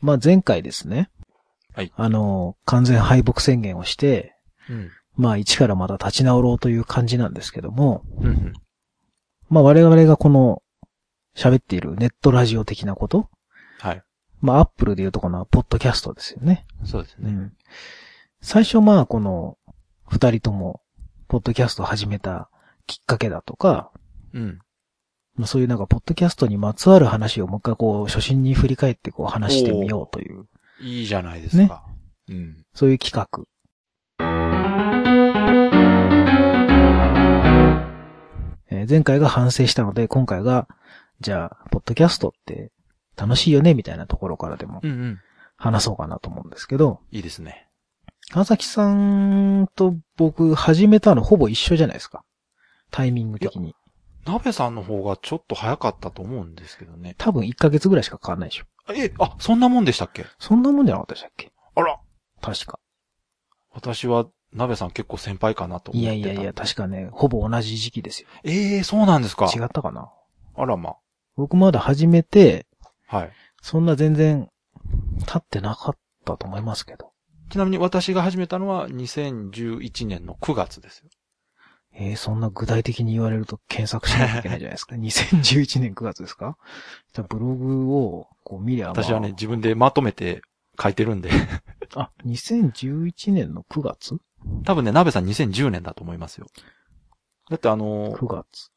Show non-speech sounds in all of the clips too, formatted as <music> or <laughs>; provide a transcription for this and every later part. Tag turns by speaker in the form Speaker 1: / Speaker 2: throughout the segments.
Speaker 1: まあ前回ですね。
Speaker 2: はい
Speaker 1: あの、完全敗北宣言をして、
Speaker 2: うん。
Speaker 1: まあ一からまた立ち直ろうという感じなんですけども、
Speaker 2: うんうん。
Speaker 1: まあ我々がこの喋っているネットラジオ的なこと、
Speaker 2: はい。
Speaker 1: まあアップルでいうとこのポッドキャストですよね。
Speaker 2: そうです
Speaker 1: う
Speaker 2: ね。
Speaker 1: ん。最初まあこの二人ともポッドキャストを始めたきっかけだとか、
Speaker 2: うん。
Speaker 1: まあそういうなんか、ポッドキャストにまつわる話をもう一回こう、初心に振り返ってこう、話してみようという、
Speaker 2: いいじゃないですか。うん。
Speaker 1: そういう企画。えー前回が反省したので、今回が、じゃあ、ポッドキャストって楽しいよね、みたいなところからでも
Speaker 2: うんうん。
Speaker 1: 話そうかなと思うんですけど、
Speaker 2: いいですね。
Speaker 1: 川崎さんと僕始めたのほぼ一緒じゃないですか。タイミング的に。
Speaker 2: 鍋さんの方がちょっと早かったと思うんですけどね。
Speaker 1: 多分1ヶ月ぐらいしか変わんないでしょ。
Speaker 2: え、あ、そんなもんでしたっけ
Speaker 1: そんなもんじゃなかったでしたっけ
Speaker 2: あら
Speaker 1: 確か。
Speaker 2: 私は、鍋さん結構先輩かなと思っ
Speaker 1: い
Speaker 2: て
Speaker 1: や
Speaker 2: た。
Speaker 1: いやいや、確かね、ほぼ同じ時期ですよ。
Speaker 2: ええそうなんですか。
Speaker 1: 違ったかな
Speaker 2: あらま。
Speaker 1: 僕まだ始めて、
Speaker 2: はい。
Speaker 1: そんな全然、経ってなかったと思いますけど。
Speaker 2: ちなみに私が始めたのは2011年の9月ですよ。
Speaker 1: えー、そんな具体的に言われると検索しなきゃいけないじゃないです
Speaker 2: <laughs>
Speaker 1: か。2011年9月ですかじゃあブログを、こう見りゃ、まあ、
Speaker 2: 私はね、。自分でまとめて書いてるんで。
Speaker 1: あ、2011年の9月
Speaker 2: 多分ね、鍋さん2010年だと思いますよ。だってあのー
Speaker 1: ?9 月。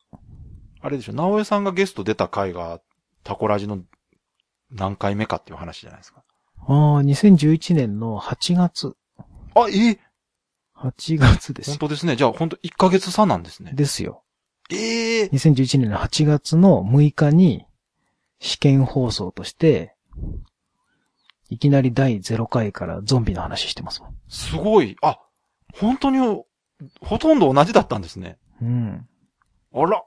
Speaker 2: あれでしょ、直江さんがゲスト出た回が、タコラジの何回目かっていう話じゃないですか。
Speaker 1: ああ、2011年の8月。
Speaker 2: あ、ええ
Speaker 1: 8月です
Speaker 2: <laughs> 本
Speaker 1: よ。
Speaker 2: 当ですね。じゃあ本当1ヶ月差なんですね。
Speaker 1: ですよ。
Speaker 2: ええ
Speaker 1: 2011年の8月の6日に試験放送として、いきなり第0回からゾンビの話してますも
Speaker 2: すごい。あ、本当に、ほとんど同じだったんですね。
Speaker 1: ん。うん。
Speaker 2: あら、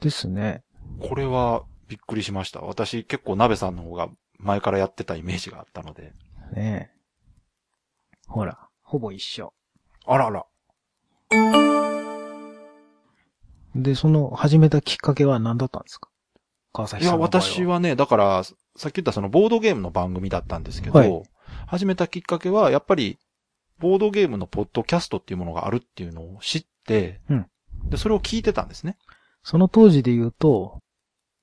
Speaker 1: ですね。
Speaker 2: これはびっくりしました。私結構鍋さんの方が前からやってたイメージがあったので。
Speaker 1: ねえ。ほら、ほぼ一緒。
Speaker 2: あらあら。
Speaker 1: で、その始めたきっかけは何だったんですか川
Speaker 2: い
Speaker 1: 崎さ
Speaker 2: や、
Speaker 1: んの場合は。
Speaker 2: 私はね、だから、さっき言ったそのボードゲームの番組だったんですけど、
Speaker 1: はい
Speaker 2: 始めたきっかけは、やっぱり、ボードゲームのポッドキャストっていうものがあるっていうのを知って、
Speaker 1: うん
Speaker 2: で、それを聞いてたんですね。
Speaker 1: その当時で言うと、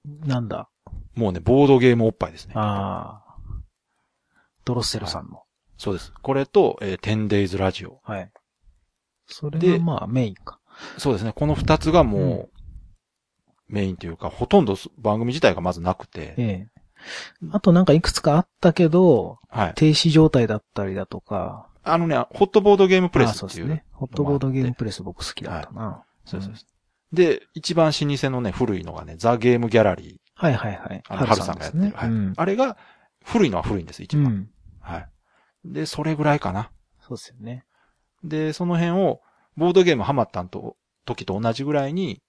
Speaker 1: なんだ、
Speaker 2: もうね、ボードゲームおっぱいですね。
Speaker 1: ああ、ドロッセルさんの。
Speaker 2: そうです。これと、えー、10days ラジオ。
Speaker 1: はい。それ
Speaker 2: で
Speaker 1: がまあメインか。
Speaker 2: そうですね。この二つがもう、
Speaker 1: うん
Speaker 2: メインというか、ほとんど番組自体がまずなくて、
Speaker 1: ええ。あとなんかいくつかあったけど、
Speaker 2: はい。
Speaker 1: 停止状態だったりだとか。
Speaker 2: あのね、ホットボードゲームプレ
Speaker 1: あ
Speaker 2: ス
Speaker 1: そう
Speaker 2: っ
Speaker 1: です
Speaker 2: ていう。
Speaker 1: ね。ホットボードゲームプレス僕好きだったな。
Speaker 2: そうですそうですで、一番老舗のね、古いのがね、ザ・ゲームギャラリ
Speaker 1: はいはいはい。
Speaker 2: ー、あの、ハルさんがやってる。はい
Speaker 1: うん。
Speaker 2: あれが、古いのは古いんです、一
Speaker 1: う
Speaker 2: 番、
Speaker 1: ん。
Speaker 2: はい。で、それぐらいかな。
Speaker 1: そうですよね。
Speaker 2: で、その辺を、ボードゲームハマったんと、時と同じぐらいに、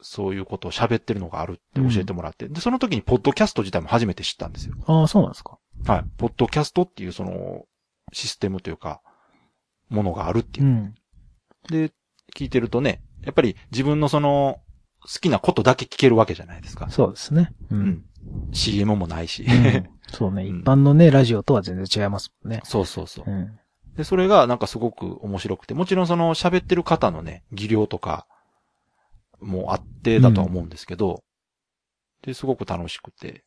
Speaker 2: そういうことを喋ってるのがあるって教えてもらって、で、その時にポッドキャスト自体も初めて知ったんですよ。
Speaker 1: ああ、そうなんですか。
Speaker 2: はい。ポッドキャストっていうその、システムというか、ものがあるっていうう。
Speaker 1: ん。
Speaker 2: で、聞いてるとね、やっぱり自分のその、好きなことだけ聞けるわけじゃないですか。
Speaker 1: そうですね。う。
Speaker 2: うんん。CM もないし。
Speaker 1: うんそうね。
Speaker 2: う
Speaker 1: 一
Speaker 2: ん
Speaker 1: 般のね、ラジオとは全然違いますもんね。
Speaker 2: <laughs> そうそうそう
Speaker 1: う。ん。
Speaker 2: で、それがなんかすごく面白くて、もちろんその喋ってる方のね、技量とか、もあってだとは思うんですけど、で、すごく楽しくて。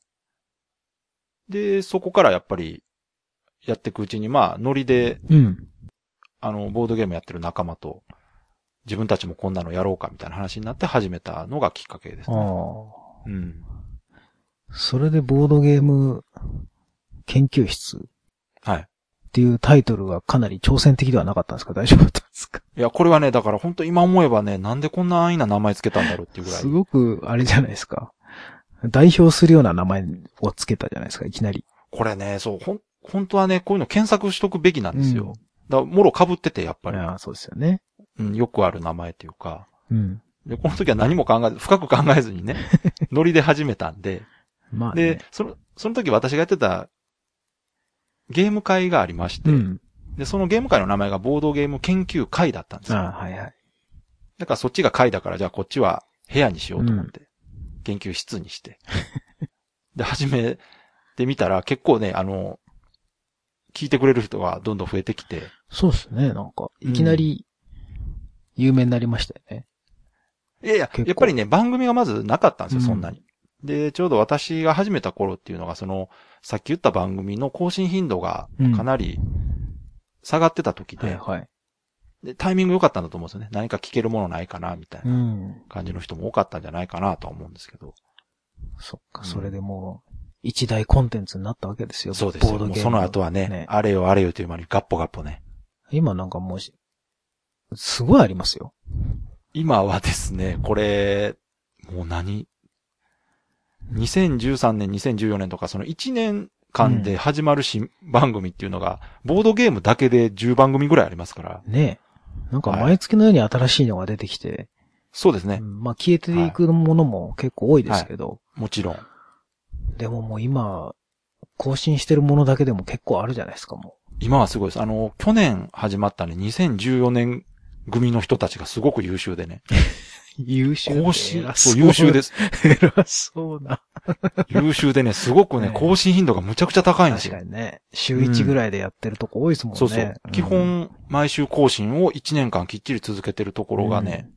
Speaker 2: で、そこからやっぱり、やっていくうちに、まあ、ノリで、
Speaker 1: うん。
Speaker 2: あの、ボードゲームやってる仲間と、自分たちもこんなのやろうかみたいな話になって始めたのがきっかけです
Speaker 1: あ
Speaker 2: ね。
Speaker 1: あ。
Speaker 2: うん。
Speaker 1: それでボードゲーム研究室っ
Speaker 2: はい。
Speaker 1: ていうタイトルはかなり挑戦的ではなかったんですか大丈夫だったんですか
Speaker 2: いや、これはね、だから本当今思えばね、なんでこんな安易な名前つけたんだろうっていうぐらい
Speaker 1: す。ごく、あれじゃないですか。代表するような名前をつけたじゃないですか、いきなり。
Speaker 2: これね、そう、ほん、本当はね、こういうの検索しとくべきなんですよ。
Speaker 1: うん
Speaker 2: だから、もろ被ってて、やっぱり、
Speaker 1: ああ、そうですよね。
Speaker 2: うん、よくある名前というか。
Speaker 1: うん。
Speaker 2: で、この時は何も考えず、深く考えず
Speaker 1: <laughs>
Speaker 2: にね、ノリで始めたんで。
Speaker 1: まあ、ね。
Speaker 2: で、その、その時私がやってた、ゲーム会がありまして、
Speaker 1: うん。
Speaker 2: で、そのゲーム会の名前がボードゲーム研究会だったんです
Speaker 1: あ
Speaker 2: よ。
Speaker 1: あ、はいはい。
Speaker 2: だからそっちが会だから、じゃあこっ
Speaker 1: <laughs>
Speaker 2: ちは部屋にしようと思って、研究室にして。で、始めってみたら、結構ね、あの、聞いてくれる人がどんどん増えてきて、
Speaker 1: そうですね、なんか。いきなり、有名になりましたよね。
Speaker 2: いやいや、
Speaker 1: 結構
Speaker 2: やっぱりね、番組がまずなかったんですよ、
Speaker 1: うん
Speaker 2: そんなに。で、ちょうど私が始めた頃っていうのが、その、さっき言った番組の更新頻度が
Speaker 1: うん
Speaker 2: かなり下がってた時で、
Speaker 1: はいはい。。
Speaker 2: でタイミング良かったんだと思うんですよね。何か聞けるものないかな、みたいうなん感じの人も多かったんじゃないかなとは思うんですけど。
Speaker 1: そっ
Speaker 2: う
Speaker 1: か、
Speaker 2: ん
Speaker 1: それでもう、一大コンテンツになったわけですよ。
Speaker 2: そうです
Speaker 1: ボ
Speaker 2: よ。
Speaker 1: ード
Speaker 2: もう
Speaker 1: ゲー
Speaker 2: そ
Speaker 1: ム
Speaker 2: の後はね、
Speaker 1: ね
Speaker 2: あれよあれよという間にガッポガッポね。
Speaker 1: 今なんかもうし、すごいありますよ。
Speaker 2: 今はですね、これ、もう何 ?2013 年、2014年とか、その1年間で始まる新番組っていうのが、ボードゲームだけで10番組ぐらいありますから。
Speaker 1: ねなんか毎月のように新しいのが出てきて、
Speaker 2: そうですね。
Speaker 1: うんまあ消えていくものも結構多いですけど、
Speaker 2: もちろん。
Speaker 1: でももう今、更新してるものだけでも結構あるじゃないですか、も
Speaker 2: 今はすごいです。あの、去年始まったね、2014年組の人たちがすごく優秀でね。
Speaker 1: う。優秀。
Speaker 2: 更新、そう、優秀ですす。
Speaker 1: 偉そうな。
Speaker 2: 優秀でね、すごくね
Speaker 1: ね、
Speaker 2: 更新頻度がむちゃくちゃ高いんです
Speaker 1: 確
Speaker 2: よ
Speaker 1: か。にね。週1ぐらいでやってるとこ多いですもんね。
Speaker 2: そうそう。基本、毎週更新を1年間きっちり続けてるところがね、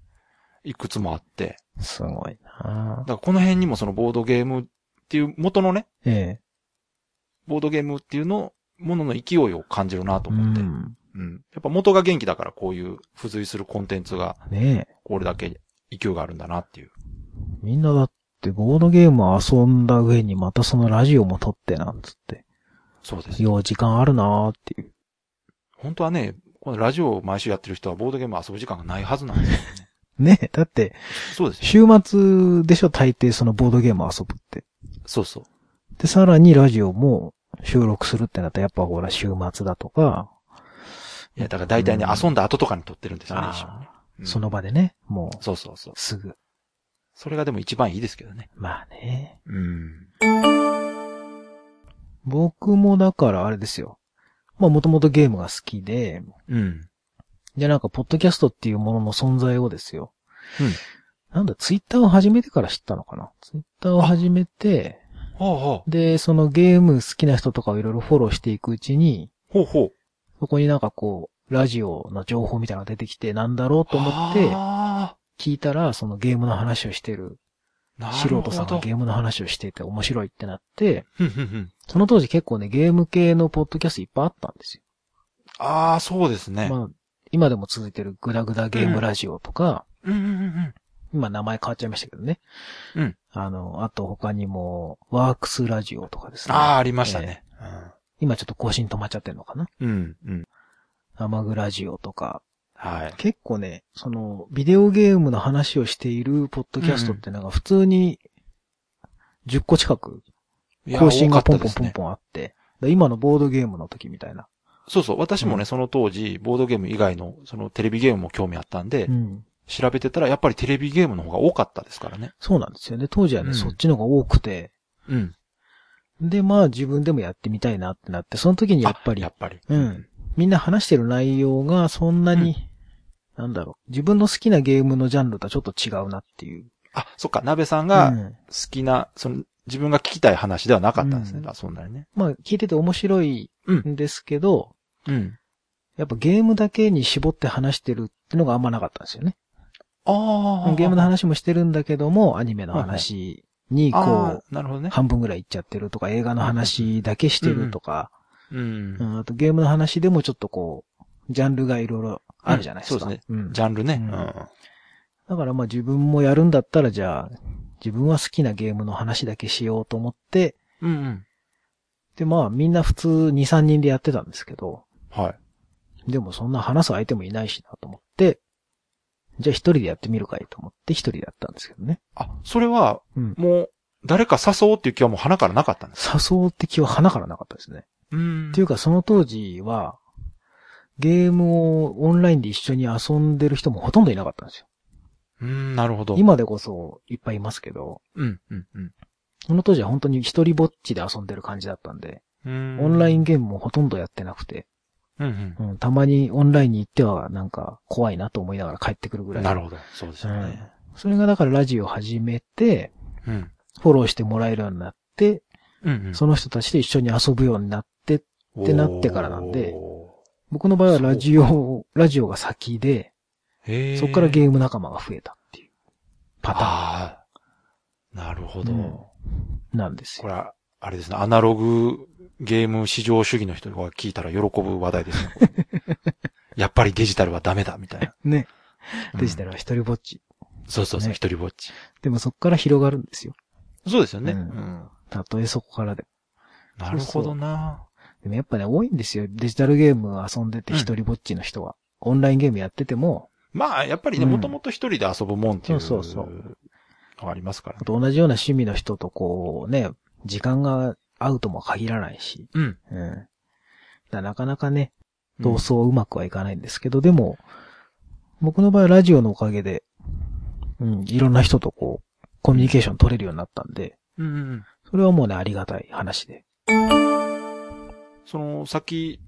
Speaker 2: いくつもあって。
Speaker 1: うん。すごいな
Speaker 2: だからこの辺にもそのボードゲームっていう、元のね、
Speaker 1: ええ。
Speaker 2: ボードゲームっていうの、ものの勢いを感じるなと思って。うん。
Speaker 1: ん
Speaker 2: やっぱ元が元気だからこういう付随するコンテンツが、
Speaker 1: ねえ。
Speaker 2: これだけ勢いがあるんだなっていう。
Speaker 1: みんなだってボードゲームを遊んだ上にまたそのラジオも撮ってなんつって。
Speaker 2: そうです。
Speaker 1: よう時間あるなーっていう。
Speaker 2: 本当はね、このラジオを毎週やってる人はボードゲーム遊ぶ時間がないはずなんですよね。
Speaker 1: ねえ。だって、
Speaker 2: <laughs> そうですよ。
Speaker 1: 週末でしょ、大抵そのボードゲームを遊ぶって。
Speaker 2: そうそう。
Speaker 1: で、さらにラジオも収録するってなったら、やっぱほら、週末だとか、
Speaker 2: いや、だから大体ね、
Speaker 1: うん
Speaker 2: 遊んだ後とかに撮ってるんですよね、一緒にね
Speaker 1: あ
Speaker 2: う
Speaker 1: ー
Speaker 2: ん
Speaker 1: その場でね、もう、
Speaker 2: そうそうそう。
Speaker 1: すぐ。
Speaker 2: それがでも一番いいですけどね。
Speaker 1: まあね。
Speaker 2: うん。
Speaker 1: 僕もだから、あれですよ。まあ、もともとゲームが好きで、
Speaker 2: うん。
Speaker 1: で、なんか、ポッドキャストっていうものの存在をですよ。
Speaker 2: うん。
Speaker 1: なんだ、ツイッターを始めてから知ったのかな。ツイッターを始めて、
Speaker 2: ほうほう。
Speaker 1: で、そのゲーム好きな人とかをいろいろフォローしていくうちに、
Speaker 2: ほうほう。
Speaker 1: そこになんかこう、ラジオの情報みたいなのが出てきて、なんだろうと思って、
Speaker 2: あ
Speaker 1: 聞いたら、そのゲームの話をしてる、
Speaker 2: ーなる
Speaker 1: 素人さんがゲームの話をしていて面白いってなって、
Speaker 2: ふんふんふん
Speaker 1: その当時結構ね、ゲーム系のポッドキャストいっぱいあったんですよ。
Speaker 2: ああ、そうですね。
Speaker 1: まあ、今でも続いてるグダグダゲームラジオとか、
Speaker 2: うんうんうん
Speaker 1: 今名前変わっちゃいましたけどね。
Speaker 2: うん
Speaker 1: あの、あと他にも、ワークスラジオとかですね。
Speaker 2: ああ、ありましたね。
Speaker 1: 今ちょっと更新止まっちゃってるのかな。
Speaker 2: うん。うん。
Speaker 1: アマグラジオとか。
Speaker 2: はい。
Speaker 1: 結構ね、その、ビデオゲームの話をしているポッドキャストってなんか普通に、10個近く
Speaker 2: いや
Speaker 1: 更新がポン
Speaker 2: 多か
Speaker 1: ポ
Speaker 2: っ
Speaker 1: ン
Speaker 2: た
Speaker 1: ポ
Speaker 2: で
Speaker 1: ン
Speaker 2: すね
Speaker 1: ポンあって、だから今のボードゲームの時みたいな。
Speaker 2: そうそう。私も
Speaker 1: うん
Speaker 2: ね、その当時、ボードゲーム以外の、そのテレビゲームも興味あったんで
Speaker 1: う、ん。
Speaker 2: 調べてたら、やっぱりテレビゲームの方が多かったですからね。
Speaker 1: そうなんですよね。当時はね、
Speaker 2: うん
Speaker 1: そっちの方が多くて、
Speaker 2: うん。
Speaker 1: で、まあ自分でもやってみたいなってなって、その時にやっぱり、
Speaker 2: やっぱり。
Speaker 1: うん。みんな話してる内容がそんなに、なんだろう、自分の好きなゲームのジャンルとはちょっと違うなっていう。
Speaker 2: あ、そっか、鍋さん
Speaker 1: う
Speaker 2: が
Speaker 1: ん
Speaker 2: 好きな、その、自分が聞きたい話ではなかったんですね。
Speaker 1: うん
Speaker 2: あそんなにね。
Speaker 1: まあ聞いてて面白いんですけど、
Speaker 2: うん。
Speaker 1: やっぱゲームだけに絞って話してるってのがあんまなかったんですよね。
Speaker 2: ああ。
Speaker 1: ゲームの話もしてるんだけども、アニメの話にこう、
Speaker 2: あーなるほどね。
Speaker 1: 半分ぐらいいっちゃってるとか、映画の話だけしてるとか、
Speaker 2: うん
Speaker 1: うん、あとゲームの話でもちょっとこう、ジャンルがいろいろあるじゃないですか。
Speaker 2: うんそうです
Speaker 1: ね。
Speaker 2: ジャンルね。
Speaker 1: うん
Speaker 2: うん
Speaker 1: だからまあ自分もやるんだったら、じゃあ、自分は好きなゲームの話だけしようと思って、
Speaker 2: うんうん。
Speaker 1: でまあみんな普通2、3人でやってたんですけど、
Speaker 2: はい。
Speaker 1: でもそんな話す相手もいないしなと思って、じゃあ一人でやってみるかいと思って一人でやったんですけどね。
Speaker 2: あ、それは、
Speaker 1: うん
Speaker 2: もう、誰か誘おうっていう気はもう鼻からなかったんです。
Speaker 1: 誘うって気は鼻からなかったですね。
Speaker 2: うん
Speaker 1: っていうかその当時は、ゲームをオンラインで一緒に遊んでる人もほとんどいなかったんですよ。
Speaker 2: うん、なるほど。
Speaker 1: 今でこそいっぱいいますけど、
Speaker 2: うん、うん、うん
Speaker 1: その当時は本当に一人ぼっちで遊んでる感じだったんで、
Speaker 2: うん。
Speaker 1: オンライ
Speaker 2: ン。
Speaker 1: ンゲームもほとんどやってなくて、
Speaker 2: うん、
Speaker 1: うん、たまにオンラインに行ってはなんか怖いなと思いながら帰ってくるぐ
Speaker 2: う
Speaker 1: ら
Speaker 2: ん。
Speaker 1: い。
Speaker 2: なるほど。そうですよ
Speaker 1: うん
Speaker 2: ね。
Speaker 1: それがだからラジオ始めて、
Speaker 2: うん。
Speaker 1: フォローしてもらえるようになって、
Speaker 2: うんうん
Speaker 1: その人たちと一緒に遊ぶようになって、ってなってからなんで
Speaker 2: お
Speaker 1: 僕の場合はラジオ、ラジオが先で、
Speaker 2: ーへ
Speaker 1: そこから
Speaker 2: ーム
Speaker 1: ゲーム仲間が増えたっていうパタ
Speaker 2: ああ。なるほど。
Speaker 1: うんーンなんです
Speaker 2: こ
Speaker 1: よ。
Speaker 2: れは、あれですね、アナログゲーム至上主義の人が聞いたら喜ぶ話
Speaker 1: <laughs>
Speaker 2: 題ですね。これやっぱりデジタルはダメだ、みたいな。
Speaker 1: ね。
Speaker 2: う
Speaker 1: <laughs>
Speaker 2: ん
Speaker 1: デジタルは一人ぼっち。
Speaker 2: そうそうそう、
Speaker 1: ね
Speaker 2: 一人ぼっち。
Speaker 1: でもそこから広がるんですよ。
Speaker 2: そうですよね。
Speaker 1: う
Speaker 2: うんん。
Speaker 1: たとえそこからでも。
Speaker 2: なるほどな
Speaker 1: でもやっぱね、多いんですよ。デジタルゲームを遊んでて
Speaker 2: うん
Speaker 1: 一人ぼっちの人は。オンラインゲームやってても、
Speaker 2: まあ、やっぱりね、
Speaker 1: うん
Speaker 2: もともと一人で遊ぶもんっていう。
Speaker 1: そうそうそう
Speaker 2: のがありますから
Speaker 1: あ
Speaker 2: ね。
Speaker 1: と同じような趣味の人とこうね、時間が合うとも限らないし。
Speaker 2: うん。
Speaker 1: うん。だからなかなかね、同窓うまくはいかないんですけど、でも、僕の場合はラジオのおかげで、うん、いろんな人とこう、コミュニケーション取れるようになったんで、
Speaker 2: うん。うんうん。
Speaker 1: それはもうね、ありがたい話で。
Speaker 2: その、さっき、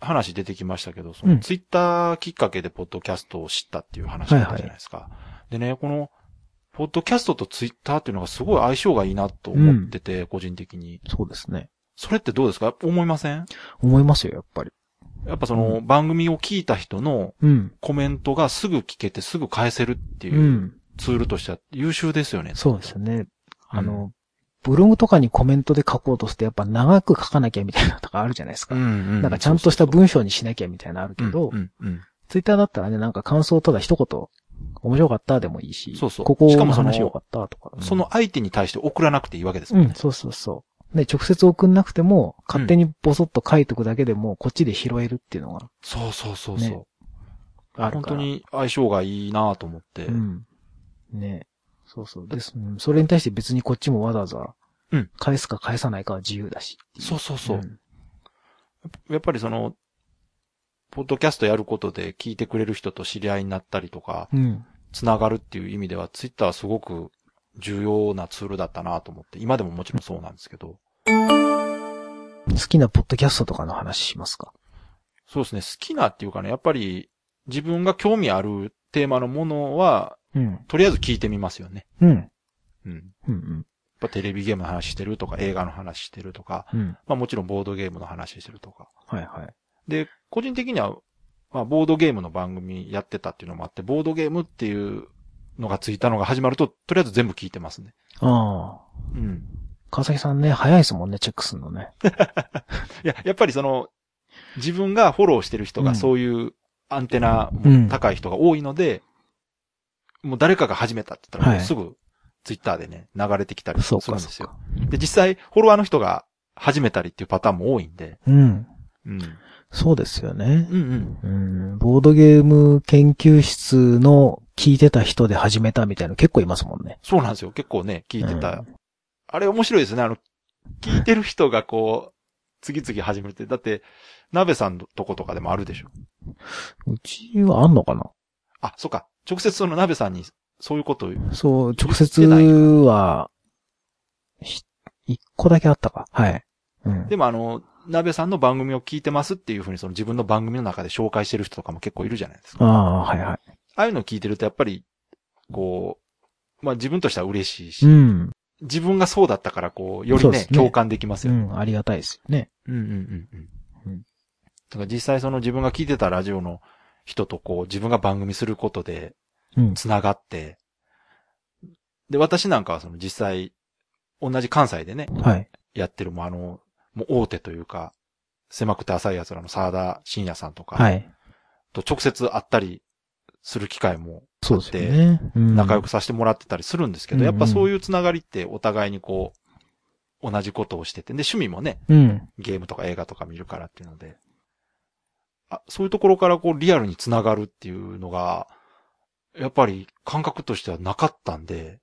Speaker 2: 話出てきましたけど、そうの
Speaker 1: ん
Speaker 2: ツイッターきっかけでポッドキャストを知ったっていう話だったじゃないですか。でね、この、ポッドキャストとツイッターっていうのがすごい相性がいいなと思ってて、個人的に。
Speaker 1: そうですね。
Speaker 2: それってどうですか思いません
Speaker 1: 思いますよ、やっぱり。
Speaker 2: やっぱその、番組を聞いた人の
Speaker 1: うん。
Speaker 2: コメントがすぐ聞けてすぐ返せるって
Speaker 1: う。
Speaker 2: いうんツールとしては優秀ですよね。
Speaker 1: そうですね。
Speaker 2: うん
Speaker 1: あの、ブログとかにコメントで書こうとして、やっぱ長く書かなきゃみたいなのとかあるじゃないです
Speaker 2: う
Speaker 1: か。
Speaker 2: んうん。
Speaker 1: なんかちゃんとした文章にしなきゃみたいなのあるけ
Speaker 2: そう
Speaker 1: ど、
Speaker 2: そうそううんうんうん
Speaker 1: ツイッターだったらね、なんか感想ただ一言、面白かったでもいいし、
Speaker 2: そうそう
Speaker 1: ここ
Speaker 2: しか
Speaker 1: の
Speaker 2: もその
Speaker 1: 話よかったとか。うん
Speaker 2: その相手に対して送らなくていいわけです
Speaker 1: う
Speaker 2: もん
Speaker 1: ん、
Speaker 2: ね。
Speaker 1: そうそうそう。ね、直接送んなくても、勝手にボソッと書いとくだけでも、こっちで拾えるっていうのが
Speaker 2: そうそうそうそう。
Speaker 1: ねある
Speaker 2: 本
Speaker 1: から。
Speaker 2: 当。に相性がいいなと思って。
Speaker 1: うん。ね。そうそう。です。うんそれに対して別にこっちもわざわざ
Speaker 2: うん、
Speaker 1: 返すか返さないかは自由だし。
Speaker 2: そうそうそう、
Speaker 1: ん
Speaker 2: やっぱりその、ポッドキャストやることで聞いてくれる人と知り合いになったりとか、
Speaker 1: うん。
Speaker 2: つながるっていう意味では、ツイッターはすごく重要なツールだったなと思って、今でももちろんそうなんですけど、
Speaker 1: 好きなポッドキャストとかの話しますか
Speaker 2: そうですね、好きなっていうかね、やっぱり自分が興味あるテーマのものは、
Speaker 1: うん。
Speaker 2: とりあえず聞いてみますよね。
Speaker 1: うん。
Speaker 2: うん。やっ
Speaker 1: うん
Speaker 2: ぱテレビゲームの話してるとか、映画の話してるとか、
Speaker 1: うん。うん。
Speaker 2: まあもちろんボードゲームの話してるとか。
Speaker 1: はいはい。
Speaker 2: で、個人的には、まあ、ボードゲームの番組やってたっていうのもあって、ボードゲームっていうのがついたのが始まると、とりあえず全部聞いてますね。
Speaker 1: ああ。
Speaker 2: うん。
Speaker 1: 川崎さんね、早いですもんね、チェックするのね。
Speaker 2: いや、やっぱりその、自分がフォローしてる人
Speaker 1: う
Speaker 2: が
Speaker 1: ん
Speaker 2: そういうアンテナ
Speaker 1: うん
Speaker 2: も高い人が多いので、もう誰かが始めたって言った
Speaker 1: は
Speaker 2: ら、
Speaker 1: い
Speaker 2: もうすぐツイッターでね、流れてきたりす
Speaker 1: そ
Speaker 2: る
Speaker 1: うんか、
Speaker 2: です
Speaker 1: そう
Speaker 2: よ。
Speaker 1: か。
Speaker 2: で、実際、フォロワーの人が始めたりっていうパターンも多いんで、
Speaker 1: うん。
Speaker 2: うん。
Speaker 1: そうですよね。
Speaker 2: うんうん。
Speaker 1: うん、ボードゲーム研究室の聞いてた人で始めたみたいなの結構いますもんね。
Speaker 2: そうなんですよ。結構ね、聞いてた、
Speaker 1: うん
Speaker 2: あれ面白いですね。あの、聞いてる人がこう、次々始めて、だって、鍋さんのとことかでもあるでしょ。
Speaker 1: うちはあんのかな
Speaker 2: あ、そっか。直接その鍋さんに、そういうことを、
Speaker 1: そう、直接は、ひ一個だけあったか。はい。うん。
Speaker 2: でもあの、鍋さんの番組を聞いてますっていうふうに、その自分の番組の中で紹介してる人とかも結構いるじゃないですか。
Speaker 1: ああ、はいは
Speaker 2: ああいうのを聞いてると、やっぱり、こう、まあ自分としては嬉しい
Speaker 1: い。
Speaker 2: し、
Speaker 1: うん。
Speaker 2: 自分がそうだったから、こう、よ
Speaker 1: そ
Speaker 2: り
Speaker 1: うで
Speaker 2: ね、
Speaker 1: すね
Speaker 2: 共感できます
Speaker 1: う
Speaker 2: よね。
Speaker 1: ん、ありがたいですよね。
Speaker 2: うんうんうんう
Speaker 1: うん
Speaker 2: ん。だから実際その自分が聞いてたラジオの人とこう自分が番組することで
Speaker 1: うん。
Speaker 2: 繋がって、で、私なんかはその実際、同じ関西でね、
Speaker 1: はい。
Speaker 2: やってるもうあの、もう大手というか、狭くて浅い奴らの沢田信也さんとか、
Speaker 1: はい。
Speaker 2: と直接会ったりする機会も
Speaker 1: そうですよね。うん
Speaker 2: 仲良くさせてもらってたりするんですけど、
Speaker 1: うん
Speaker 2: やっぱそういうつながりってお互いにこう、同じことをしてて、で、趣味もね、
Speaker 1: うん。
Speaker 2: ゲームとか映画とか見るからっていうので、あそういうところからこうリアルにつながるっていうのが、やっぱり感覚としてはなかったんで、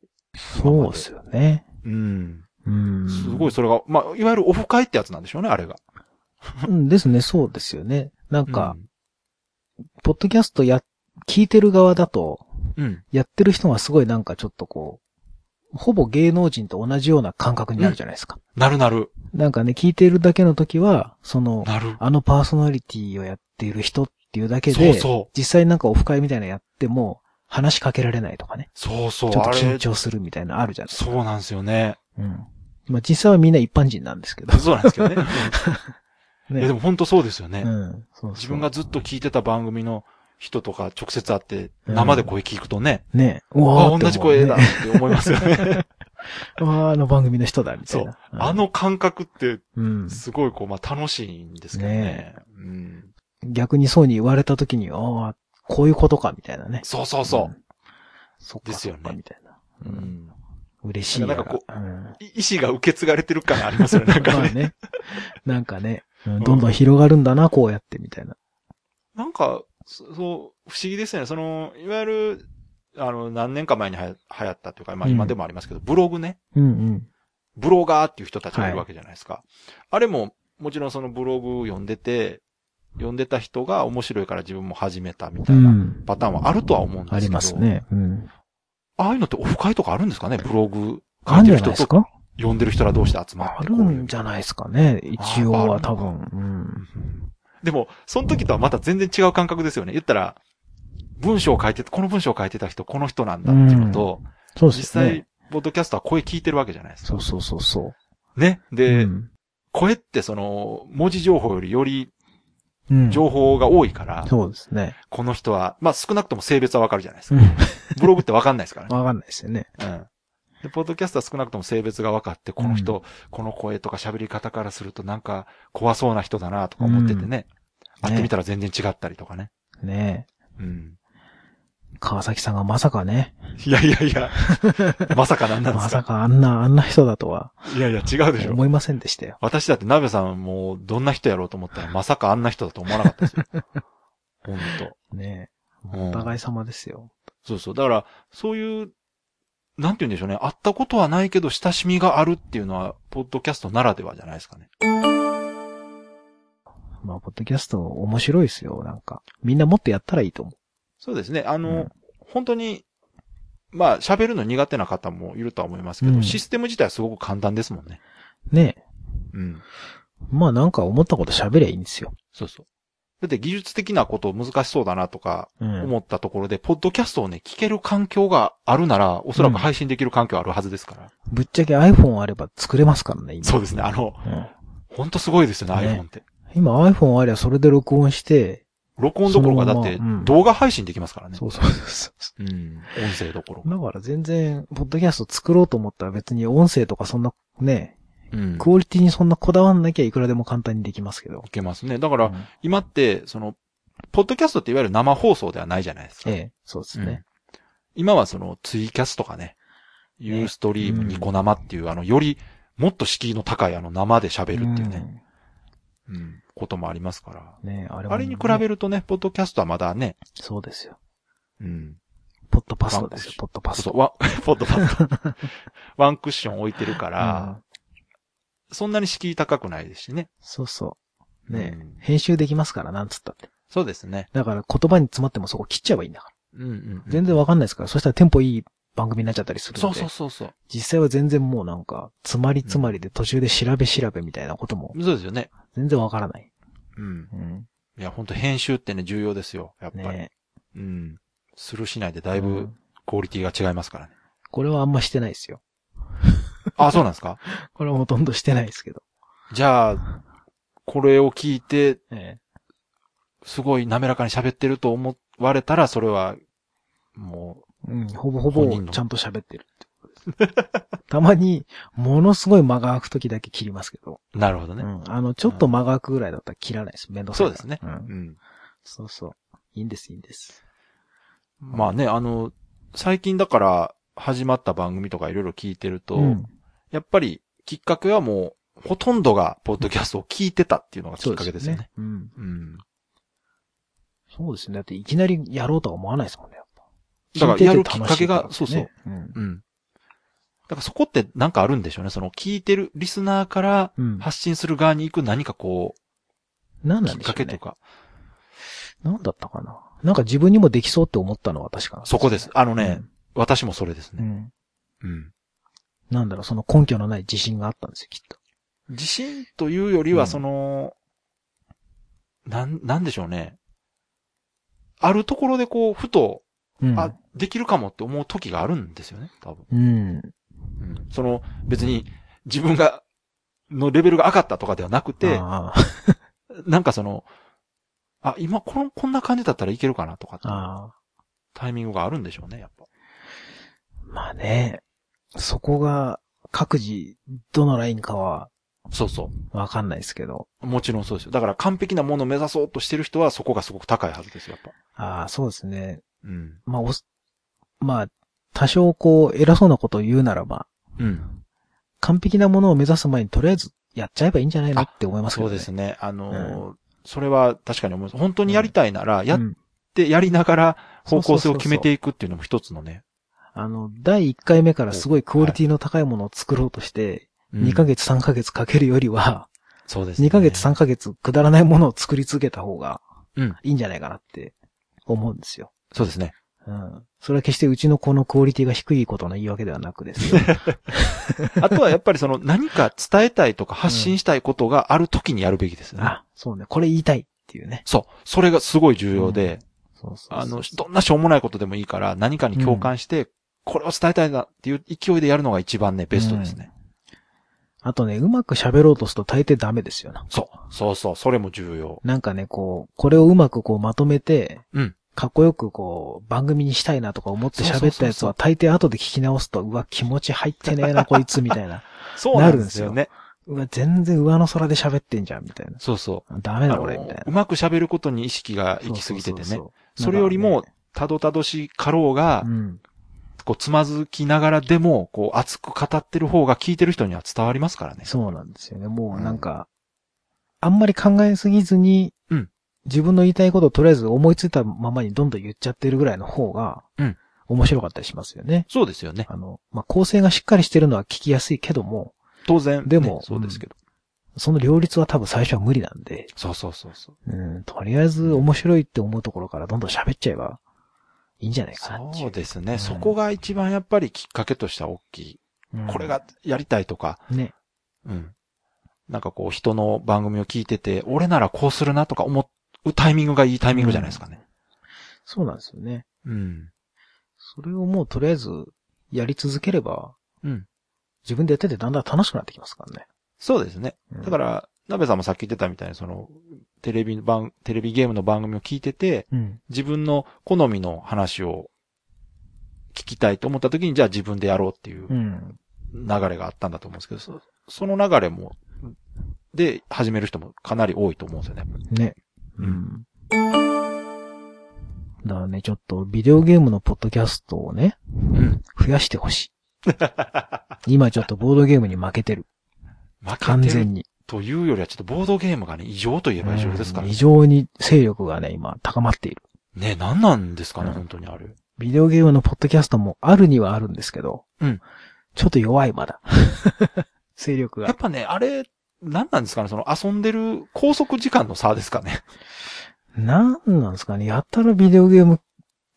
Speaker 1: そうですよね。
Speaker 2: うん。
Speaker 1: うん。
Speaker 2: すごいそれが、まあ、いわゆるオフ会ってやつなんでしょうね、あれが。
Speaker 1: うん。ですね、そうですよね。なんか、
Speaker 2: うん
Speaker 1: ポッドキャストや、聞いてる側だと、
Speaker 2: うん。
Speaker 1: やってる人がすごいなんかちょっとこう、ほぼ芸能人と同じような感覚になるじゃないですか。
Speaker 2: なるなる。
Speaker 1: なんかね、聞いてるだけの時は、その、
Speaker 2: なる。
Speaker 1: あのパーソナリティをやっている人っていうだけ
Speaker 2: そう
Speaker 1: で、
Speaker 2: そう。
Speaker 1: 実際なんかオフ会みたいなのやっても、話しかけられないとかね。
Speaker 2: そうそう。
Speaker 1: ちょっと
Speaker 2: あ
Speaker 1: 緊
Speaker 2: れ、
Speaker 1: 張するみたいなのあるじゃないですか。
Speaker 2: そうなんですよね。
Speaker 1: うん。まあ実際はみんな一般人なんですけ
Speaker 2: <laughs>
Speaker 1: ど。
Speaker 2: そうなんです
Speaker 1: <laughs>
Speaker 2: けどね。うんい
Speaker 1: ね
Speaker 2: やでも本当そうですよね。
Speaker 1: うん。そうそう
Speaker 2: 自分がずっと聞いてた番組の人とか直接会って生で声聞くとね、
Speaker 1: ね、う
Speaker 2: あ
Speaker 1: わー
Speaker 2: あ、
Speaker 1: って思うね
Speaker 2: 同じ声だって思いますよね。
Speaker 1: <laughs> うわーあの番組の人だ、みた
Speaker 2: そ
Speaker 1: いうな。。ん
Speaker 2: あ、の感覚って
Speaker 1: うん。
Speaker 2: すごいこう、まあ楽しいんですけどね
Speaker 1: ね。
Speaker 2: うん。
Speaker 1: 逆にそうに言われた時に、ああ、こういうことか、みたいなね。
Speaker 2: そうそうそ
Speaker 1: んそっか。
Speaker 2: ですよね
Speaker 1: そっかみたいな。
Speaker 2: う。
Speaker 1: う。
Speaker 2: うんん
Speaker 1: 嬉しいやら。
Speaker 2: なんかこ
Speaker 1: うん
Speaker 2: い意志が受け継がれてる感ありますよね。なんか
Speaker 1: まあ
Speaker 2: ね。
Speaker 1: <laughs> ね。なんか
Speaker 2: <laughs>
Speaker 1: ね、うんどんどん広がるんだな、こうやって、みたいな。
Speaker 2: なんか、そそう、不思議ですよね。その、いわゆる、あの、何年か前にはや流行ったというか、まあ
Speaker 1: うん
Speaker 2: 今でもありますけど、ブログね。
Speaker 1: うんうん。
Speaker 2: ブロガーっていう人たちがいるわけじゃないですか。あれも、もちろんそのブログ読んでて、読んでた人が面白いから自分も始めたみた
Speaker 1: う。
Speaker 2: いなんパターンはあるとは思うんですけど。
Speaker 1: あります。ね。うん。
Speaker 2: ああいうのってオフ会とかあるんですかねブログ書
Speaker 1: あ
Speaker 2: い
Speaker 1: ん
Speaker 2: て
Speaker 1: じ
Speaker 2: る
Speaker 1: ゃない
Speaker 2: 人
Speaker 1: です
Speaker 2: と
Speaker 1: か
Speaker 2: 読んでる人ら同士で集まっ
Speaker 1: あ
Speaker 2: て
Speaker 1: る
Speaker 2: こういう。
Speaker 1: んじゃないですかね。一応は多分。
Speaker 2: でも、その時とはまた全然違う感覚ですよね。言ったら、文章を書いて、この文章を書いてた人、この人なんだっていうのと、
Speaker 1: うん。そうで
Speaker 2: 実
Speaker 1: すね
Speaker 2: 際。、ポッドキャストは声聞いてるわけじゃないですか。
Speaker 1: そうそうそうそう。
Speaker 2: ね。で、
Speaker 1: うん
Speaker 2: 声ってその、文字情報よりより
Speaker 1: うん。
Speaker 2: 情報が多いから、
Speaker 1: そうですね。
Speaker 2: この人は、まあ少なくとも性別はわかるじゃないです
Speaker 1: う
Speaker 2: か。
Speaker 1: ん。
Speaker 2: ブログってわかんないで
Speaker 1: <laughs>
Speaker 2: すからね。
Speaker 1: わかんないですよね。
Speaker 2: うん。で、ポッドキャストは少なくとも性別が分かって、この人、この声とか喋り方からするとなんか怖そうな人だなとか思っててね。
Speaker 1: うん
Speaker 2: 会ってみたら全然違ったりとかね。
Speaker 1: ね
Speaker 2: うん。
Speaker 1: え川崎さんがまさかね。
Speaker 2: いやいやい
Speaker 1: <laughs>
Speaker 2: や、まさかなんなんで
Speaker 1: ますさ
Speaker 2: か。
Speaker 1: かあんな、あんな人だとはい
Speaker 2: やいや、違うでしょ。
Speaker 1: 思いませんでしたよ。
Speaker 2: 私だって、鍋さんもうどんな人やろうと思ったら、まさかあんな人だと思わなかったです
Speaker 1: <laughs>
Speaker 2: よ。ほんと。
Speaker 1: ねえ
Speaker 2: うん
Speaker 1: お互い様ですよ。
Speaker 2: そうそう。だから、そういう、なんて言うんでしょうね。会ったことはないけど、親しみがあるっていうのは、ポッドキャストならではじゃないですかね。
Speaker 1: まあ、ポッドキャスト面白いですよ、なんか。みんなもっとやったらいいと思
Speaker 2: そうですね。あの、
Speaker 1: うん
Speaker 2: 本当に、まあ、喋るの苦手な方もいるとは思いますけど、
Speaker 1: うん
Speaker 2: システム自体はすごく簡単ですもんね。
Speaker 1: う。ねえ。
Speaker 2: うん。
Speaker 1: まあなんか思ったこと喋りゃいいんですよ。
Speaker 2: そうそう。だって技術的なこと難しそうだなとか
Speaker 1: うん。
Speaker 2: 思ったところで、ポッドキャストをね、聞ける環境があるなら、おそらく配信できる環境あるはずですから。
Speaker 1: ぶっちゃけ iPhone あれば作れますからね、今。
Speaker 2: そうですね。あの、
Speaker 1: うん
Speaker 2: ほんとすごいですよね、
Speaker 1: ね
Speaker 2: iPhone って。
Speaker 1: 今 iPhone ありゃそれで録音して、
Speaker 2: 録音どころかだって
Speaker 1: そのままうん
Speaker 2: 動画配信できますからね。
Speaker 1: そうそうそうそ
Speaker 2: うん。音声どころ
Speaker 1: う。
Speaker 2: か。
Speaker 1: だから全然、ポッドキャスト作ろうと思ったら別に音声とかそんな、ね、
Speaker 2: うん。
Speaker 1: クオリティにそんなこだわんなきゃいくらでも簡単にできますけど
Speaker 2: い。けますね。だか
Speaker 1: う
Speaker 2: ら、
Speaker 1: ん
Speaker 2: 今って、その、ポッドキャストっていわゆる生放送ではないじゃないですか。
Speaker 1: ええ、そうですね。
Speaker 2: うん今はその、ツイキャスとかね、ユーストリーム、
Speaker 1: うん
Speaker 2: ニコ生っていう、あの、より、もっと敷居の高いあの、生で喋るっていうね、うんこともありますから。
Speaker 1: うん。ねあれも
Speaker 2: あれに比べるとね、ポッドキャストはまだね、
Speaker 1: そうですよ。
Speaker 2: うん。
Speaker 1: ポッドパストですよ、ポッドパス
Speaker 2: そ
Speaker 1: ト。
Speaker 2: うそう、ワン、 <laughs> ポッドキャスト。ワンクッション置いてるから、そんなに敷居高くないですしね。
Speaker 1: そうそう。ね
Speaker 2: うん
Speaker 1: 編集できますから、なんつったって。
Speaker 2: そうですね。
Speaker 1: だから言葉に詰まってもそこ切っちゃえばいいんだから。
Speaker 2: うんうんうん。
Speaker 1: 全然わかんないですから、そしたらテンポいい番組になっちゃったりするんで。
Speaker 2: そうそうそうそう。
Speaker 1: 実際は全然もうなんか、詰まり詰まりで途中で調べ調べみたいなことも
Speaker 2: そうですよね。
Speaker 1: 全然わからない。
Speaker 2: うん。
Speaker 1: うん。
Speaker 2: いや、本当編集ってね、重要ですよ。やっぱり。
Speaker 1: ね
Speaker 2: うん。するしないでだいうぶ
Speaker 1: ん
Speaker 2: クオリティが違いますからね。
Speaker 1: これはあんましてないですよ。
Speaker 2: あ、そうなんですか <laughs>
Speaker 1: これはほとんどしてないですけど。
Speaker 2: じゃあ、これを聞いて、
Speaker 1: え
Speaker 2: すごい滑らかに喋ってると思われたら、それは、も
Speaker 1: えうん、ほぼほ
Speaker 2: 本人
Speaker 1: ぼ
Speaker 2: の
Speaker 1: ちゃんと喋ってるって <laughs> ことです。たまに、ものすごい間が空く時だけ切りますけど。
Speaker 2: う、なるほどね。
Speaker 1: うん。あの、ちょっと間が空くぐらいだったら切らないです。めんどくさいから。
Speaker 2: そうですね
Speaker 1: うん。
Speaker 2: うん。
Speaker 1: そうそう。いいんです、いいんです。
Speaker 2: まあね、あの、最近だから、始まった番組とかいろいろ聞いてると、
Speaker 1: うん。
Speaker 2: やっぱり、きっかけはもう、ほとんどが、ポッドキャストを聞いてたっていうのがきっかけですよね。
Speaker 1: そうですよね。うん。
Speaker 2: うん。
Speaker 1: そうですね。だっていきなりやろうとは思わないですもんね、やっぱ。
Speaker 2: だからやるきっかけが
Speaker 1: 聞いてて楽しいからね。うん。
Speaker 2: うん。だからそこってなんかあるんでしょうね。その聞いてるリスナーから
Speaker 1: うん
Speaker 2: 発信する側に行く何かこ
Speaker 1: 何
Speaker 2: う、
Speaker 1: な
Speaker 2: き
Speaker 1: ん
Speaker 2: っ
Speaker 1: でしょ
Speaker 2: か
Speaker 1: う
Speaker 2: けと
Speaker 1: ね。
Speaker 2: か。
Speaker 1: 何だったかな。なんか自分にもできそうって思ったのは確かなん
Speaker 2: そこです。。あの
Speaker 1: う
Speaker 2: ね、
Speaker 1: ん
Speaker 2: 私もそれです
Speaker 1: う
Speaker 2: ね。
Speaker 1: ん。
Speaker 2: うん。
Speaker 1: なんだろう、その根拠のない自信があったんですよ、きっと。
Speaker 2: 自信というより
Speaker 1: う
Speaker 2: は
Speaker 1: ん
Speaker 2: その、なん、なんでしょうね。あるところでこう、ふと、
Speaker 1: うん。
Speaker 2: あ、できるかもって思う時があるんですよね、多分。
Speaker 1: うん。
Speaker 2: うんその、別に、自分が、のレベルが上がったとかではなくて、
Speaker 1: あー
Speaker 2: なんかその、あ、今この、こんな感じだったらいけるかなとかっていう
Speaker 1: あ
Speaker 2: タイミングがあるんでしょうね、やっぱ。
Speaker 1: ー、まあね、そこが各自どのラインかは
Speaker 2: そうそ
Speaker 1: わかんないですけど、
Speaker 2: う。もちろんそうですよ。だから完璧なものを目指そうとしてる人はそこがすごく高いはずですよ、やっぱ。
Speaker 1: ああ、そうですね。
Speaker 2: うん。
Speaker 1: まあ、おすまあ、多少こう偉そうなことを言うならば、
Speaker 2: うん。
Speaker 1: 完璧なものを目指す前にとりあえずやっちゃえばいいんじゃないのって思いますけ
Speaker 2: そ
Speaker 1: ど
Speaker 2: う
Speaker 1: ね。
Speaker 2: ですね。あのーそれは確かに思います。本当にやりたいなら、やっ
Speaker 1: うん
Speaker 2: て、やりながら方向性を決
Speaker 1: そうそ
Speaker 2: めて
Speaker 1: うそうそう
Speaker 2: いくっていうのも一つのね。
Speaker 1: あの、第1回目からすごいクオリティの高いものを作ろうとして、
Speaker 2: うん
Speaker 1: 2ヶ月3ヶ月かけるよりは、
Speaker 2: そうですね。
Speaker 1: 2ヶ月3ヶ月くだらないものを作り続けた方が
Speaker 2: うん。
Speaker 1: いいんじゃないかなって思うんですよ。
Speaker 2: そうですね。
Speaker 1: うん。それは決してうちの子のクオリティが低いことの言い訳ではなくです
Speaker 2: <laughs>
Speaker 1: よ。
Speaker 2: あとはやっぱりその何か伝えたいとか発信したいことがある時にやるべきですね。
Speaker 1: あ、そうね。これ言いたいっていうね。
Speaker 2: そう。それがすごい重要で、
Speaker 1: そうそうそう
Speaker 2: あの、どんなしょうもないことでもいいから何かに共感して、これを伝えたいなっていう勢いでやるのが一番ね、ベストですね。
Speaker 1: あとね、うまく喋ろうとすると大抵ダメですよな。
Speaker 2: そう。そうそう。それも重要。
Speaker 1: なんかね、こう、これをうまくこうまとめて、
Speaker 2: うん
Speaker 1: かっこよくこう、番組にしたいなとか思って喋ったやつ
Speaker 2: そうそうそうそ
Speaker 1: は
Speaker 2: う
Speaker 1: 大抵後で聞き直すと、うわ、気持ち入ってねえな、こいつ、みたいな。
Speaker 2: そね。
Speaker 1: うわ、全然上の空で喋ってんじゃん、みたいな。
Speaker 2: そうそ
Speaker 1: ダ
Speaker 2: う。
Speaker 1: メ
Speaker 2: あ
Speaker 1: だ、
Speaker 2: の
Speaker 1: 俺、みたいな。
Speaker 2: うまく喋ることに意識が行き過ぎてて
Speaker 1: そう
Speaker 2: ね
Speaker 1: う。うう
Speaker 2: それよりも、たどたどしかろうが
Speaker 1: う、ん。
Speaker 2: こう、つまずきながらでも、こう、熱く語ってる方が聞いてる人には伝わりますからね。
Speaker 1: そうなんですよね。もうなんか、あんまり考えすぎずに、
Speaker 2: うん
Speaker 1: 自分の言いたいことをとりあえず思いついたままにどんどん言っちゃってるぐらいの方が、
Speaker 2: うん
Speaker 1: 面白かったりしますよね。
Speaker 2: そうですよね。
Speaker 1: あの、まあ、構成がしっかりしてるのは聞きやすいけども、
Speaker 2: 当然、
Speaker 1: でも
Speaker 2: ねそうですけど。
Speaker 1: その両立は多分最初は無理なんで、
Speaker 2: そうそうそうそう。
Speaker 1: うん、とりあえず面白いって思うところからどんどん喋っちゃえばいいんじゃないかなってい
Speaker 2: そう
Speaker 1: う。
Speaker 2: ですね。
Speaker 1: ん
Speaker 2: そこが一番やっぱりきっかけとしては大きい。
Speaker 1: うん
Speaker 2: これがやりたいとか、
Speaker 1: ね。
Speaker 2: うん。なんかこう人の番組を聞いてて、俺ならこうするなとか思うタイミングがいいタイミングじゃないですかね。
Speaker 1: そうなんですよね。
Speaker 2: うん。
Speaker 1: それをもうとりあえずやり続ければ、
Speaker 2: うん。
Speaker 1: 自分でやっててだんだん楽しくなってきますからね。
Speaker 2: そうですね。
Speaker 1: うん
Speaker 2: だから、なべさんもさっき言ってたみたいに、その、テレビの番、テレビゲームの番組を聞いてて、
Speaker 1: うん。
Speaker 2: 自分の好みの話を聞きたいと思った時に、じゃあ自分でやろうっていう
Speaker 1: うん。
Speaker 2: 流れがあったんだと思うんですけど、そその流れも、で、始める人もかなり多いと思うんですよね。
Speaker 1: ね。
Speaker 2: うん
Speaker 1: ん。だからね、ちょっとビデオゲームのポッドキャストをね、
Speaker 2: <laughs> うん。
Speaker 1: 増やしてほしい。今ちょっとボードゲームに <laughs> 負けてる。
Speaker 2: 負
Speaker 1: 完
Speaker 2: けて
Speaker 1: 全
Speaker 2: る
Speaker 1: に。
Speaker 2: というよりは、ちょっとボードゲームがね、異常といえば異常ですから
Speaker 1: うん
Speaker 2: ね
Speaker 1: 非。常に勢力がね、今高まっている。
Speaker 2: ね、何なんですかね、
Speaker 1: うん
Speaker 2: 本当にある。
Speaker 1: ビデオゲームのポッドキャストもあるにはあるんですけど、
Speaker 2: うん
Speaker 1: ちょっと弱いま <laughs> だ。勢力
Speaker 2: やっ
Speaker 1: が。
Speaker 2: ぱね、あれ、何なんですかね、その遊んでる拘束時間の差ですかね。
Speaker 1: なんなんですかね。やったらビデオゲーム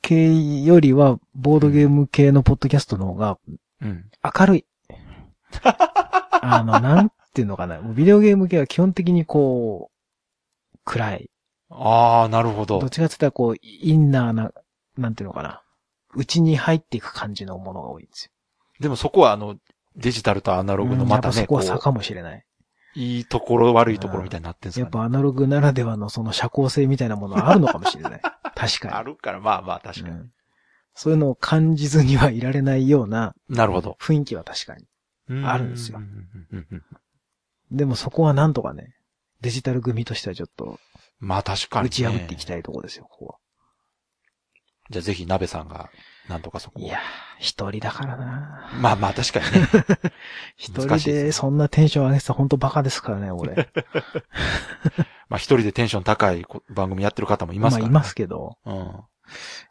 Speaker 1: 系よりは、ボードゲーム系のポッドキャストの方が
Speaker 2: うん。
Speaker 1: 明るい。あの、なんていうのかな。もうビデオゲーム系は基本的にこう、暗い。
Speaker 2: ああ、なるほ
Speaker 1: どっ
Speaker 2: ど。
Speaker 1: ちかって言ったらこう、インナーな、なんていうのかな。内に入っていく感じのものが多いんですよ。
Speaker 2: でもそこはあの、デジタルとアナログのまた
Speaker 1: うんやっぱそこ
Speaker 2: ね、こ
Speaker 1: は差
Speaker 2: う、
Speaker 1: かもしれない。
Speaker 2: いいところ悪いところみたいになってるんです
Speaker 1: やっ
Speaker 2: かね。
Speaker 1: ぱアナログならではのその社交性みたいなものはあるのかもし
Speaker 2: <laughs>
Speaker 1: れない。確かに。
Speaker 2: あるから、まあまあ、確か
Speaker 1: う
Speaker 2: に。
Speaker 1: んそういうのを感じずにはいられないような
Speaker 2: なるほど。
Speaker 1: 雰囲気は確かに。あるんですよ
Speaker 2: ううんうんうん
Speaker 1: でもそこはなんとかね、デジタル組としてはちょっと
Speaker 2: まあ確かに、ね。
Speaker 1: 打ち破っていきたいところですよ、ここは。
Speaker 2: じゃあぜひ、鍋さんが、なんとかそこを
Speaker 1: いやー、一人だからな
Speaker 2: まあまあ確かに
Speaker 1: <laughs>
Speaker 2: ね。
Speaker 1: 一
Speaker 2: 難
Speaker 1: 人
Speaker 2: しいですね
Speaker 1: でそんなテンション上げてたら本当バカですからね、俺。
Speaker 2: まあ一人でテンション高いこ番組やってる <laughs> 方もいますから、
Speaker 1: あいますけど、
Speaker 2: うん。
Speaker 1: い
Speaker 2: あ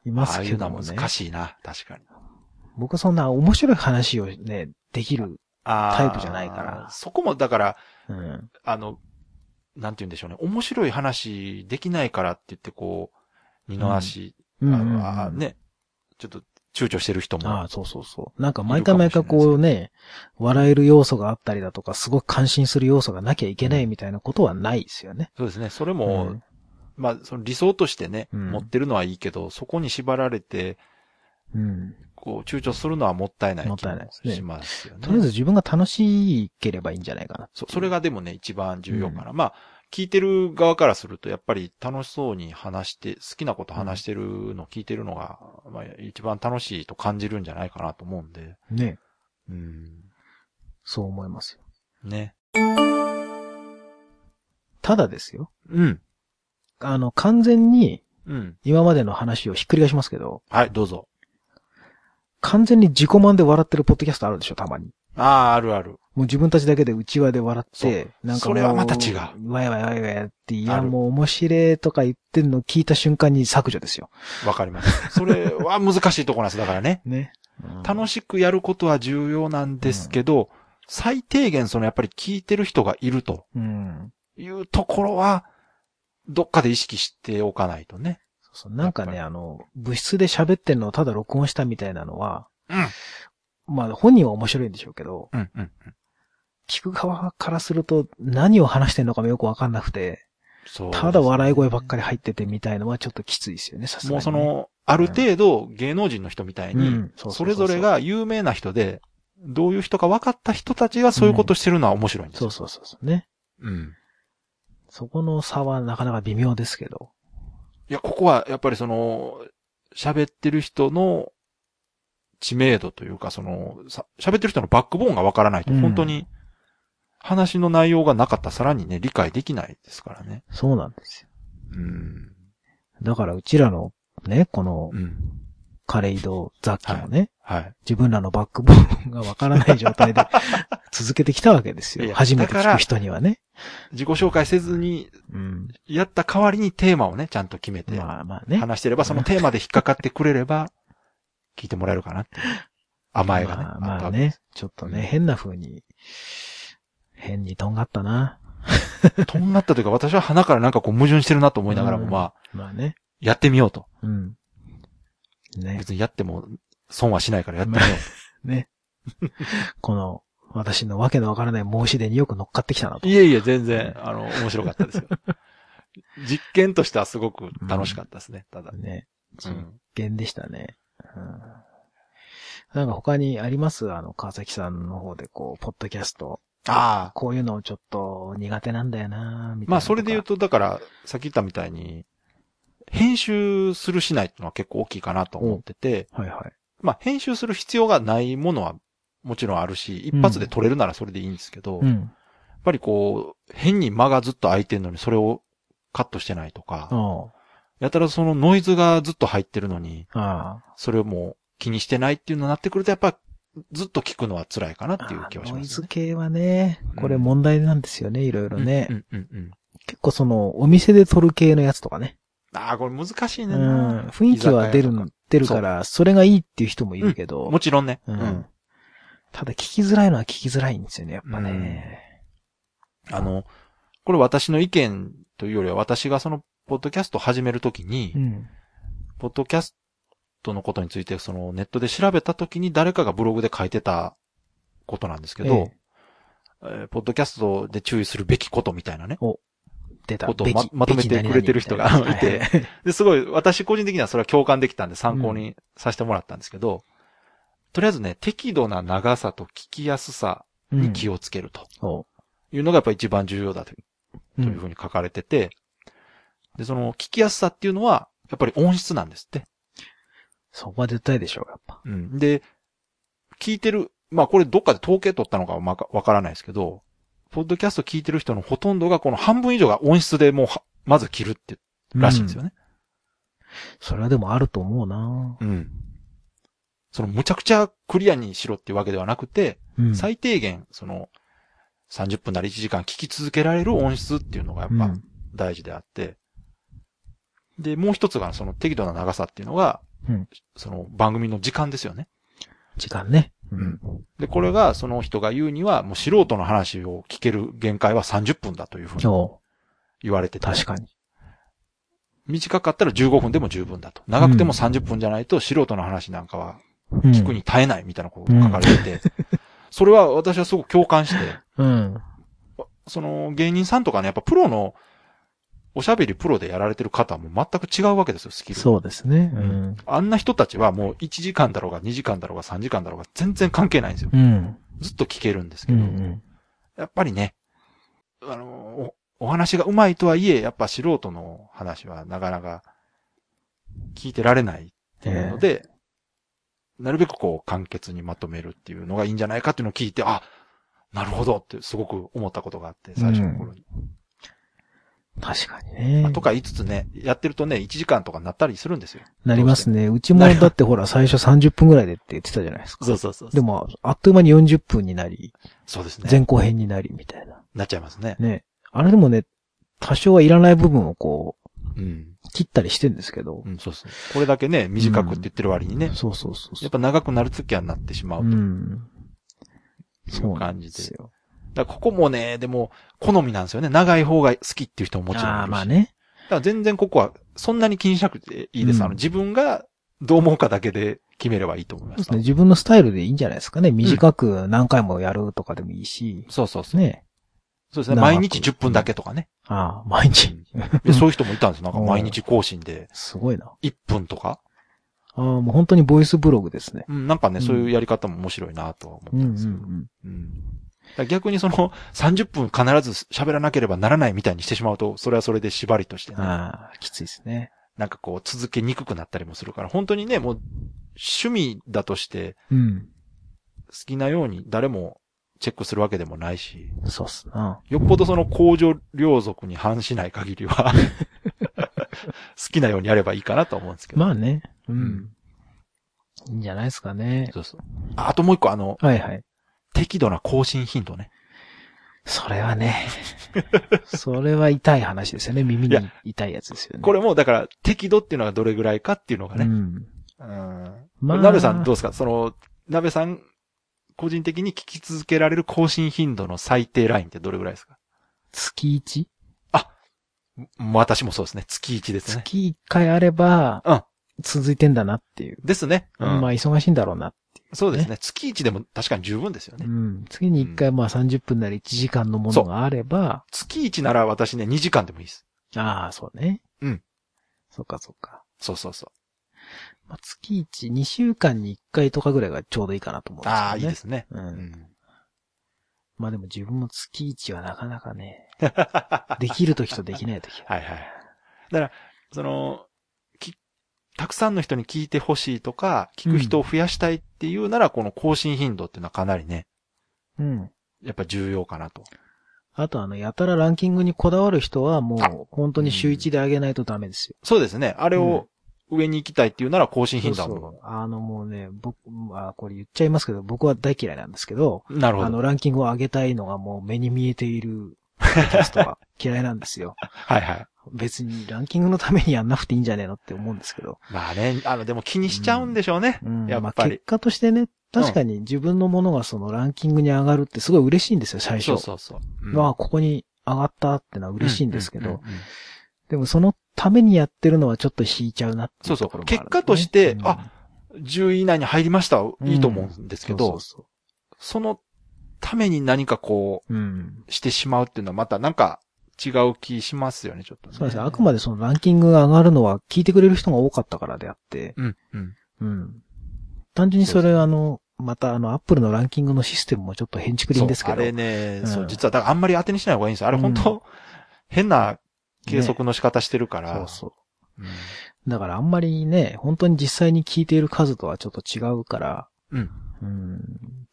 Speaker 1: ます
Speaker 2: あい
Speaker 1: け
Speaker 2: う
Speaker 1: ど
Speaker 2: の
Speaker 1: も
Speaker 2: は
Speaker 1: ね。
Speaker 2: 難しいな。確かに。
Speaker 1: 僕そんな面白い話をね、できる。
Speaker 2: あー
Speaker 1: タイプじゃないから
Speaker 2: そこもだから、
Speaker 1: うん。
Speaker 2: あの、なんて言うんでしょうね。面白い話できないからって言ってこう、二の足、
Speaker 1: うんう
Speaker 2: あ
Speaker 1: んうん
Speaker 2: あね、ちょっと躊躇してる人
Speaker 1: ああ、
Speaker 2: も。
Speaker 1: そうそうそう。なんか毎回毎回こうね、笑える要素があったりだとか、すごく感心する要素がなきゃいけないみたいなことはないですよね。
Speaker 2: そうですね。それ
Speaker 1: う
Speaker 2: も
Speaker 1: ん、
Speaker 2: まあ、その理想としてね、
Speaker 1: うん
Speaker 2: 持ってるのはいいけど、そこに縛られて、
Speaker 1: うん。
Speaker 2: こう、躊躇するのはもったいない
Speaker 1: もっ
Speaker 2: 気
Speaker 1: たい
Speaker 2: も
Speaker 1: ないですね
Speaker 2: しますよね。
Speaker 1: とりあえず自分が楽しければいいんじゃないかな。
Speaker 2: そう、それがでもね、一番重要かな。まあ、聞いてる側からすると、やっぱり楽しそうに話して、好きなこと話してるの聞いてるのが、まあ、一番楽しいと感じるんじゃないかなと思うんで。
Speaker 1: ね。
Speaker 2: うん。
Speaker 1: そう思いますよ。
Speaker 2: ね。
Speaker 1: ただですよ。
Speaker 2: うん。
Speaker 1: あの、完全に、
Speaker 2: うん。
Speaker 1: 今までの話をひっくり返しますけど、
Speaker 2: はい、どうぞ。
Speaker 1: 完全に自己満で笑ってるポッドキャストあるでしょ、たまに。
Speaker 2: ああ、あるある。
Speaker 1: もう自分たちだけで内輪で笑って、なんかも
Speaker 2: それはまた違
Speaker 1: う。わいわいわいわいって、い
Speaker 2: あ
Speaker 1: や
Speaker 2: る
Speaker 1: もう面白いとか言ってんの聞いた瞬間に削除ですよ。
Speaker 2: わかり <laughs> ます。それは難しいところなんです。だからね。
Speaker 1: ね。
Speaker 2: 楽しくやることは重要なんですけど、最低限そのやっぱり聞いてる人がいると
Speaker 1: うん。
Speaker 2: いうところは、どっかで意識しておかないとね。
Speaker 1: そうそうなんか
Speaker 2: やっぱり
Speaker 1: ね、あの、部室で喋ってんのをただ録音したみたいなのは、
Speaker 2: うん。
Speaker 1: まあ本人は面白いんでしょうけど、
Speaker 2: うん、うん。
Speaker 1: 聞く側からすると何を話してんのかもよくわかんなくて、
Speaker 2: そう、
Speaker 1: ただ笑い声ばっかり入っててみたいのはちょっときついですよね、さすがに
Speaker 2: も
Speaker 1: ね、
Speaker 2: うその、ある程度芸能人の人みたい
Speaker 1: うん
Speaker 2: に、
Speaker 1: そうそうそうそう
Speaker 2: それぞれが有名な人で、どういう人か分かった人たちがそういうことしてるのは面白いんです
Speaker 1: そ
Speaker 2: よ。
Speaker 1: うそうそうそうね。
Speaker 2: うん。
Speaker 1: そこの差はなかなか微妙ですけど。
Speaker 2: いや、ここはやっぱりその、喋ってる人の知名度というか、その、さ喋ってる人のバックボーンが分からないと、
Speaker 1: うん
Speaker 2: 本当に、話の内容がなかったらさらにね、理解できないですからね。
Speaker 1: そうなんですよ。
Speaker 2: うん。
Speaker 1: だからうちらのね、この
Speaker 2: うん。
Speaker 1: カレイド雑記もね、
Speaker 2: はい。
Speaker 1: 自分らのバックボーンがわからない状
Speaker 2: <laughs>
Speaker 1: 態で続けてきたわけです
Speaker 2: い
Speaker 1: よ。
Speaker 2: や
Speaker 1: 初めて
Speaker 2: だか
Speaker 1: 聞
Speaker 2: ら
Speaker 1: く人にはね。
Speaker 2: 自己紹介せずに、
Speaker 1: うん。
Speaker 2: やった代わりにテーマをね、ちゃんと決めて、
Speaker 1: まあまあね。
Speaker 2: 話してれば、そのテーマで引っかかってくれれば、聞いてもらえるかなっていう。甘えがね。
Speaker 1: まあ
Speaker 2: っ
Speaker 1: ま
Speaker 2: た
Speaker 1: あ
Speaker 2: わけで
Speaker 1: ね
Speaker 2: す。。
Speaker 1: ちょっとね、変な風に、変にとんがったな。
Speaker 2: とんがったというか、私は鼻からなんかこう矛盾してるなと思いながらも、
Speaker 1: うん
Speaker 2: まあ、
Speaker 1: まあね。
Speaker 2: やってみようと。
Speaker 1: うん。ね。
Speaker 2: 別にやっても損はしないからやってみ
Speaker 1: ま
Speaker 2: よ
Speaker 1: あね。 <laughs> この、私のわけのわからない申し出によく乗っかってきたなと
Speaker 2: う。。いえいえ、全然、あの、面白かったです <laughs> よ。実験としてはすごく楽しかったですね、ただ。
Speaker 1: ね。
Speaker 2: うん
Speaker 1: 減でしたね。うん。なんか他にありますあの、川崎さんの方でこう、ポッドキャスト。
Speaker 2: ああ。
Speaker 1: こういうのちょっと苦手なんだよなみたいな。
Speaker 2: まあ、それで言う。と、だから、さっき言ったみたいに、編集するしないっていうのは結構大きいかなと思ってて、
Speaker 1: はいはい。
Speaker 2: まあ、編集する必要がないものはもちろんあるし、一発で撮れるならそれでいいんですけど、
Speaker 1: う
Speaker 2: やっ
Speaker 1: ん。
Speaker 2: ぱりこう、変に間がずっと空いてんのにそれをカットしてないとか、
Speaker 1: あ
Speaker 2: やたらそのノイズがずっと入ってるのに、
Speaker 1: あ。ああ。
Speaker 2: それをもう気にしてないっていうのになってくると、やっぱずっと聞くのは辛いかなっていう気はし
Speaker 1: ノ
Speaker 2: ま
Speaker 1: イ
Speaker 2: す、
Speaker 1: ズ
Speaker 2: ね。
Speaker 1: 系はね
Speaker 2: ん、
Speaker 1: これ問題なんですよね、いろいろね。
Speaker 2: うんうんうんうん。
Speaker 1: 結構その、お店で撮る系のやつとかね。
Speaker 2: ああ、これ難しいうねん
Speaker 1: ん
Speaker 2: な。。
Speaker 1: 雰囲気は出る
Speaker 2: 居酒屋とか、
Speaker 1: 出るから、それがいいっていう人もいるけど。
Speaker 2: もちろんね。
Speaker 1: う
Speaker 2: うんん。
Speaker 1: ただ聞きづらいのは聞きづらいんですよね、やっぱね。
Speaker 2: あの、これ私の意見というよりは、私がその、ポッドキャストを始めるときに、
Speaker 1: うん。
Speaker 2: ポッドキャストのことについて、そのネットで調べたときに誰かがブログで書いてたことなんですけど、
Speaker 1: え
Speaker 2: えーポッドキャストで注意するべきことみたいなね。
Speaker 1: 出た。
Speaker 2: ことを
Speaker 1: べき
Speaker 2: ままとめてくれてる人が
Speaker 1: べき何々みたな
Speaker 2: ですごい、私個人的にはそれは共感できたんで参考にさせてもらったんですけど、とりあえずね、適度な長さと聞きやすさに気
Speaker 1: を。
Speaker 2: をつけると
Speaker 1: そ
Speaker 2: いうのがやっぱ一番重要だという
Speaker 1: う
Speaker 2: というふうに書かれてて、で、その聞きやすさっていうのは、やっぱり音質なんですって。
Speaker 1: そこは絶対でしょう、やっぱ。
Speaker 2: うん。で、聞いてる、まあこれどっかで統計取ったのかはまかわからないですけど、ポッドキャスト聞いてる人のほとんどがこの半分以上が音質でもうは、まず切るって、らしいんですよ
Speaker 1: ね。
Speaker 2: ね。
Speaker 1: それはでもあると思うな
Speaker 2: うん。そのむちゃくちゃクリアにしろっていうわけではなくて、
Speaker 1: うん
Speaker 2: 最低限、その、30分なり1時間聞き続けられる音質っていうのがやっ
Speaker 1: う
Speaker 2: ぱ
Speaker 1: ん
Speaker 2: 大事であって、で、もう一つがその適度な長さっていうのが、
Speaker 1: うん
Speaker 2: その番組の時間ですよね。。
Speaker 1: 時間ね。うん
Speaker 2: で、これがその人が言うには、もう素人の話を聞ける限界は30分だというふうに
Speaker 1: 今
Speaker 2: 言われて
Speaker 1: 日、
Speaker 2: て、
Speaker 1: 確かに。
Speaker 2: 短かったら15分でも十分だと。長くても
Speaker 1: うん
Speaker 2: 30分じゃないと素人の話なんかは
Speaker 1: うん
Speaker 2: 聞くに耐えないみたいなことが書かれてて、それは私はすごく共感して、
Speaker 1: うん。
Speaker 2: その芸人さんとかね、やっぱプロのおしゃべりプロでやられてる方も全く違うわけですよ、スキル。
Speaker 1: そうですね。うん。
Speaker 2: あんな人たちはもう1時間だろうが2時間だろうが3時間だろうが全然関係ないんですよ。
Speaker 1: うん。
Speaker 2: ずっと聞けるんです
Speaker 1: う
Speaker 2: け
Speaker 1: んう
Speaker 2: ど、
Speaker 1: ん。
Speaker 2: やっぱりね、あの、おお話が上手いとはいえ、やっぱ素人の話はなかなか聞いてられないっていうので、なるべくこう簡潔にまとめるっていうのがいいんじゃないかっていうのを聞いて、あ、なるほどってすごく思ったことがあって、最初の頃に。
Speaker 1: 確かにね。
Speaker 2: まあとか言いつつね、やってるとね、1時間とかになったりするんですよ。
Speaker 1: なりますね。うちも
Speaker 2: なる
Speaker 1: だってほら最初30分ぐらいでって言ってたじゃないですか。
Speaker 2: そうそうそう。
Speaker 1: でも、あっという間に40分になり、
Speaker 2: そうですね。
Speaker 1: 前後編になりみたいな。
Speaker 2: なっちゃいますね。
Speaker 1: ね。あれでもね、多少はいらない部分をこう、
Speaker 2: うん。
Speaker 1: 切ったりしてんですけど
Speaker 2: う。ん、そうですね。これだけね、短くって言ってる割にね、
Speaker 1: そうそうそうそう。
Speaker 2: やっぱ長くなるつきはなってしまう
Speaker 1: う。
Speaker 2: というん
Speaker 1: そうな
Speaker 2: 感
Speaker 1: んで
Speaker 2: じで。
Speaker 1: すよ。
Speaker 2: だからここもね、でも、好みなんですよね。長い方が好きっていう人ももちろんいるし。
Speaker 1: ああ、まあね。
Speaker 2: だから全然ここは、そんなに気にしなくていいです。
Speaker 1: うん
Speaker 2: あの、自分がどう思うかだけで決めればいいと思い
Speaker 1: そ
Speaker 2: ま。
Speaker 1: うですすね。自分のスタイルでいいんじゃないですかね。短く何回もやるとかでもいいし。
Speaker 2: そうそうそう。
Speaker 1: ね。
Speaker 2: そうですね。
Speaker 1: 長く
Speaker 2: 毎日10分だけとかね。
Speaker 1: ああ、毎日。
Speaker 2: い <laughs> やそういう人もいたんですよ。なんか
Speaker 1: うん
Speaker 2: 毎日更新で、
Speaker 1: すごいな。
Speaker 2: 1分とか。
Speaker 1: ああ、もう本当にボイスブログですね。
Speaker 2: うん、なんか
Speaker 1: う
Speaker 2: ね、
Speaker 1: ん
Speaker 2: そういうやり方も面白いなとは思っ
Speaker 1: う
Speaker 2: た
Speaker 1: んうんんう
Speaker 2: ですけど。
Speaker 1: ん。
Speaker 2: うんだから逆にその、30分 <laughs> 必ず喋らなければならないみたいにしてしまうと、それはそれで縛りとしてね。
Speaker 1: ああ、きついですね。
Speaker 2: なんかこう続けにくくなったりもするから、本当にね、もう趣味だとして
Speaker 1: うん。
Speaker 2: 好きなように誰もチェックするわけでもないし、
Speaker 1: そうっすな。
Speaker 2: よっぽどその工場領族に反しない限
Speaker 1: <laughs>
Speaker 2: りは、好きなようにやればいいかなと思うんですけど。
Speaker 1: まあね。うん。いいんじゃないですかね。
Speaker 2: そうそう。ああともう一個あの、
Speaker 1: はいはい。
Speaker 2: 適度な更新頻度ね。
Speaker 1: それはね。それは痛い話ですよね。耳に痛いやつですよね。
Speaker 2: これもだから適度っていうのがどれぐらいかっていうのが
Speaker 1: う
Speaker 2: ね。
Speaker 1: ん。
Speaker 2: うん。
Speaker 1: まあ
Speaker 2: 鍋さんどうですかその、鍋さん、個人的に聞き続けられる更新頻度の最低ラインってどれぐらいですか
Speaker 1: 月 1?
Speaker 2: もう私もそうですね。月1ですね。
Speaker 1: 月1回あれば、
Speaker 2: うん
Speaker 1: 続いてんだなっていう。
Speaker 2: ですね。うん
Speaker 1: まあ、忙しいんだろうな。
Speaker 2: そうですね。月1でも確かに十分ですよ
Speaker 1: う
Speaker 2: ね。
Speaker 1: ん。月に1回、まあ、30分なり1時間のものがあれば、
Speaker 2: 月1なら私ね、2時間でもいいです。
Speaker 1: ああ、そうね。
Speaker 2: うん。
Speaker 1: そっかそっか。
Speaker 2: そうそうそう。
Speaker 1: まあ、月1、2週間に1回とかぐらいがちょうどいいかなと思うんですよね。
Speaker 2: ああ、いいですね。
Speaker 1: う。
Speaker 2: うん <laughs> ん。
Speaker 1: まあでも自分も月1はなかなかね、できる時とできない時。
Speaker 2: はいはい。だから、その、き、たくさんの人に聞いてほしいとか、聞く人を増やしたいっていうなら、この更新頻度っていうのはかなりね、
Speaker 1: うん。
Speaker 2: やっぱ重要かなと。
Speaker 1: あとあの、やたらランキングにこだわる人は
Speaker 2: あ
Speaker 1: もう、本当に週1で上げないとダメですよ。
Speaker 2: そうですね。あれを上に行きたいっていうなら更新頻度は
Speaker 1: そう
Speaker 2: もう
Speaker 1: そうあのもうね、僕、まあこれ言っちゃいますけど、僕は大嫌いなんですけど、
Speaker 2: なるほ
Speaker 1: あ
Speaker 2: ど。
Speaker 1: の、ランキングを上げたいのがもう目に見えている、やつとか嫌いなんですよ。
Speaker 2: はいはい。
Speaker 1: 別にランキングのためにやんなくていいんじゃねえのって思うんですけど。
Speaker 2: まあね、あの、でも気にしちゃうんでしょうね。
Speaker 1: うん。
Speaker 2: やっ
Speaker 1: まあ
Speaker 2: ぱり
Speaker 1: 結果としてね、確かに自分のものがそのランキングに上がるってすごい嬉しいんですよ、最初。
Speaker 2: そうそうそう。うん
Speaker 1: まあ、ここに上がったってのは嬉しいんですけ
Speaker 2: うう
Speaker 1: ど
Speaker 2: う、うんうん
Speaker 1: でもそのためにやってるのはちょっと引いちゃうなってい
Speaker 2: そう
Speaker 1: う
Speaker 2: そ
Speaker 1: と
Speaker 2: う
Speaker 1: ころもあるん
Speaker 2: 結
Speaker 1: で
Speaker 2: 果として、
Speaker 1: うん
Speaker 2: あ、10位以内に入りました、いいと思うんですけど、
Speaker 1: そう
Speaker 2: そ
Speaker 1: そうそ
Speaker 2: のために何かこ
Speaker 1: う。うん。
Speaker 2: う、してしまうっていうのはまたなんか違う気しますよね、ちょっと、ね。
Speaker 1: そうですね。あくまでそのランキングが上がるのは聞いてくれる人が多かったからであって、
Speaker 2: うん、うん。
Speaker 1: うん。単純にそ
Speaker 2: そ
Speaker 1: れあの、またあの、アップルのランキングのシステムもちょっと変築林ですけ
Speaker 2: そう
Speaker 1: ど。
Speaker 2: あれね、
Speaker 1: うん
Speaker 2: そう、実は、だからあんまり当てにしない方がいいんですよ。あれ本当、
Speaker 1: う
Speaker 2: 変な計測の仕方してるから。
Speaker 1: そうそう。
Speaker 2: うん
Speaker 1: だからあんまりね、本当に実際に聞いている数とはちょっと違うから、
Speaker 2: うん。
Speaker 1: うん、っ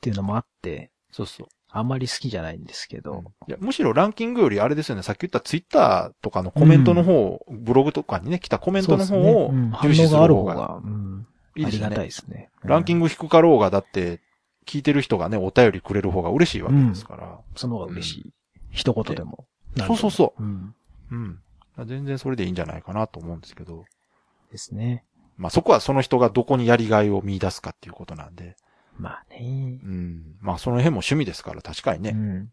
Speaker 1: ていうのもあって、
Speaker 2: そうそう。
Speaker 1: あんまり好きじゃないんですけど、
Speaker 2: いや、むしろランキングよりあれですよね、さっき言ったツイッターとかのコメントの方、ブログとかにね、来たコメントの方を
Speaker 1: そう
Speaker 2: 重
Speaker 1: で
Speaker 2: 視
Speaker 1: すねうん
Speaker 2: する
Speaker 1: 反応がある
Speaker 2: 方
Speaker 1: 方
Speaker 2: が
Speaker 1: が、うん
Speaker 2: いい
Speaker 1: あ
Speaker 2: で
Speaker 1: り
Speaker 2: す
Speaker 1: が
Speaker 2: よ
Speaker 1: たい
Speaker 2: ね。
Speaker 1: ですね。
Speaker 2: ランキン
Speaker 1: グ、
Speaker 2: グ低かろうが、だって、聞いてる人がね、お便りくれる方が嬉しいわけですから。
Speaker 1: その方が嬉しい。一言でも。。
Speaker 2: そうそうそう
Speaker 1: うん。
Speaker 2: う。うん。全然それでいいんじゃないかなと思うんですけど。
Speaker 1: ですね。
Speaker 2: まあそこはその人がどこにやりがいを見出すかっていうことなんで。
Speaker 1: まあね
Speaker 2: う。ん。まあその辺も趣味ですから、確かに
Speaker 1: う
Speaker 2: ね、
Speaker 1: ん。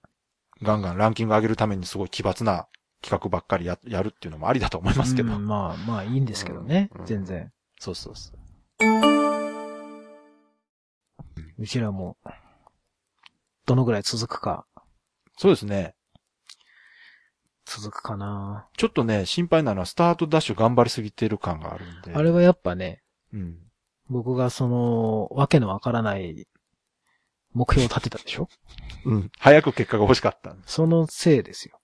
Speaker 2: ガンガンランキング上げるためにすごい奇抜な企画ばっかりややるっていうのもありだと思いますけど。
Speaker 1: うんまあまあいいんですけどね
Speaker 2: うん。
Speaker 1: 全然。
Speaker 2: そうそうそう。
Speaker 1: うちらも、どのぐらい続くか、
Speaker 2: そうですね。
Speaker 1: 続くかな。
Speaker 2: ちょっとね、心配なのはスタートダッシュ頑張りすぎてる感があるんで。
Speaker 1: あれはやっぱね、
Speaker 2: うん。
Speaker 1: 僕がその、わけのわからない目標を立てたでしょ
Speaker 2: うん。早く結果が欲しかった。
Speaker 1: そのせいです
Speaker 2: <laughs>
Speaker 1: よ。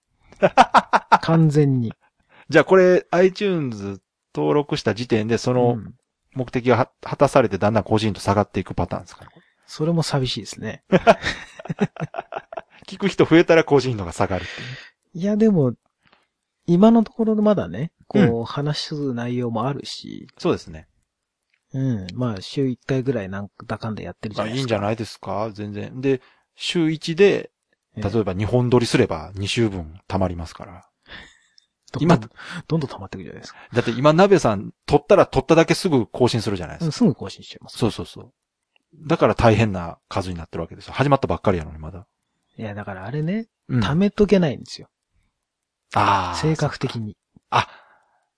Speaker 1: 完全に。
Speaker 2: じゃあこれ iTunes 登録した時点でそうの
Speaker 1: ん
Speaker 2: 目的がは果たされてだんだん個人と下がっていくパターンですかね。
Speaker 1: それも寂しいですね。
Speaker 2: 聞く人増えたら個人のが下がるっていうね。
Speaker 1: いや、でも、今のところまだね、こう、
Speaker 2: う
Speaker 1: 話す内容もあるし、
Speaker 2: そうですね。
Speaker 1: うん。まあ、週1回ぐらいなんだかんだやってるじゃ
Speaker 2: まあ
Speaker 1: ない
Speaker 2: い
Speaker 1: で
Speaker 2: いん
Speaker 1: す
Speaker 2: じ
Speaker 1: か。
Speaker 2: ゃないですか全然。で、週1で、
Speaker 1: え
Speaker 2: 例
Speaker 1: え
Speaker 2: えば2本撮りすれば2週分溜まりますから。
Speaker 1: どん
Speaker 2: 今
Speaker 1: どん、どんどん溜まっていくじゃないですか。
Speaker 2: だって今、鍋さん、撮ったら撮っただけすぐ更新するじゃないで
Speaker 1: う
Speaker 2: すか
Speaker 1: ん。すぐ更新しちゃいます。
Speaker 2: そうそうそう。だから大変な数になってるわけですよ。始まったばっかりやのに、まだ。
Speaker 1: いや、だからあれね、
Speaker 2: うん
Speaker 1: 溜
Speaker 2: あ
Speaker 1: めとけないんですよ。
Speaker 2: あ。
Speaker 1: 性格的に。
Speaker 2: あ、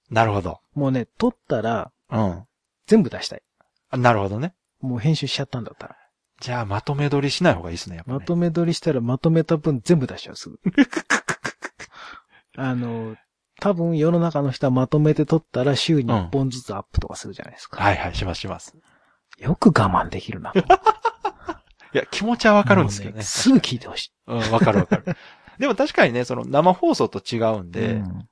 Speaker 2: なるほど。
Speaker 1: もうね、撮ったら
Speaker 2: うん。
Speaker 1: 全部出したい。
Speaker 2: あなるほどね。
Speaker 1: もう編集しちゃったんだったら。
Speaker 2: じゃあ、まとめ撮りしない方がいいですね、やっぱ、ね。
Speaker 1: まとめ撮りしたらまとめた分全部出しちゃう、す
Speaker 2: <laughs>
Speaker 1: ぐ。あの、多分世の中の人はまとめて撮ったら週に1本ずつアップとかするじゃないですか。
Speaker 2: はいはい、しますします。
Speaker 1: よく我慢できるな。
Speaker 2: いや、気持ちはわかるんですけど
Speaker 1: もう
Speaker 2: ね。
Speaker 1: すぐ聞いてほしい。
Speaker 2: うん、わかるわかる。でも確かにね、その生放送と違うんで、
Speaker 1: うん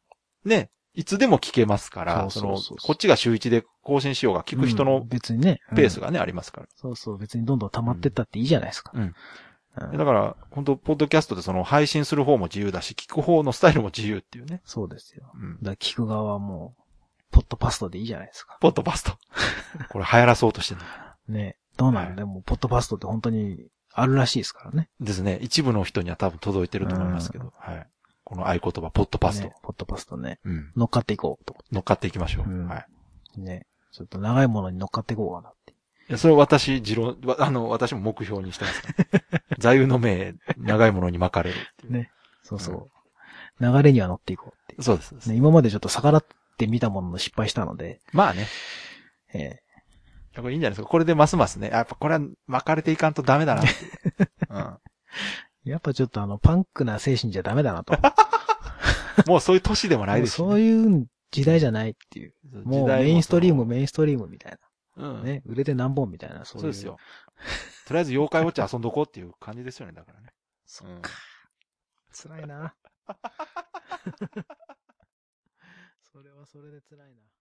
Speaker 2: ね、いつでも聞けますから、
Speaker 1: そ
Speaker 2: そう
Speaker 1: そう
Speaker 2: の
Speaker 1: そうそう、
Speaker 2: こっちが週一で更新しようが聞く人
Speaker 1: う
Speaker 2: の
Speaker 1: ん別にね、
Speaker 2: ペース
Speaker 1: が。
Speaker 2: がね、ありますから。
Speaker 1: そうそう、別にどんどん溜まってったっていいじゃないですか。
Speaker 2: うん
Speaker 1: うん
Speaker 2: だから、本当ポッドキャストでその配信する方も自由だし、聞く方のスタイルも自由っていうね。
Speaker 1: そうですよ。
Speaker 2: うん
Speaker 1: だから聞く側はもう、ポッドパストでいいじゃないですか。
Speaker 2: ポッドバス
Speaker 1: <laughs>
Speaker 2: ト。これ流行らそうとしてるのかな
Speaker 1: ね。どうなの、
Speaker 2: はい
Speaker 1: でも、ポッドパストって本当にあるらしいですからね。
Speaker 2: ですね。一部の人には多分届いてると思いますけど、はい。この合言葉、ポッドパスト。
Speaker 1: ねポッドパストね。
Speaker 2: うん。
Speaker 1: 乗っかっていこうと。
Speaker 2: 乗っかっていきましょう。
Speaker 1: うん
Speaker 2: はい。
Speaker 1: ね。ちょっと長いものに乗っかっていこうかなって。
Speaker 2: いやそれは私、持論、わあの、私も目標にしてますから。座右の銘、長いものに巻かれるっていう。
Speaker 1: ねそうそう。流れには乗っていこうって
Speaker 2: そうですそうです、
Speaker 1: ね。今までちょっと逆らってみたものの失敗したので、
Speaker 2: まあね。
Speaker 1: ええ
Speaker 2: いやこれいいんじゃないですか。これでますますね。あやっぱこれは巻かれていかんとダメだなっていう。うん。
Speaker 1: <laughs> やっぱちょっとあの、パンクな精神じゃダメだなと。
Speaker 2: もうそういう年でもない
Speaker 1: もう
Speaker 2: ですし
Speaker 1: そ
Speaker 2: ね、
Speaker 1: ういう時代じゃないっていう。もうメインストリーム、。メインストリームみたい
Speaker 2: うん。
Speaker 1: な。ね。売れて何本みたいな、そう
Speaker 2: そ
Speaker 1: いうう。
Speaker 2: ですよ。とりあえず妖怪ウォッチ遊んどこうっていう感じですよね、だからね。
Speaker 1: そ
Speaker 2: うん <laughs>
Speaker 1: 辛いな。それはそれで辛いな。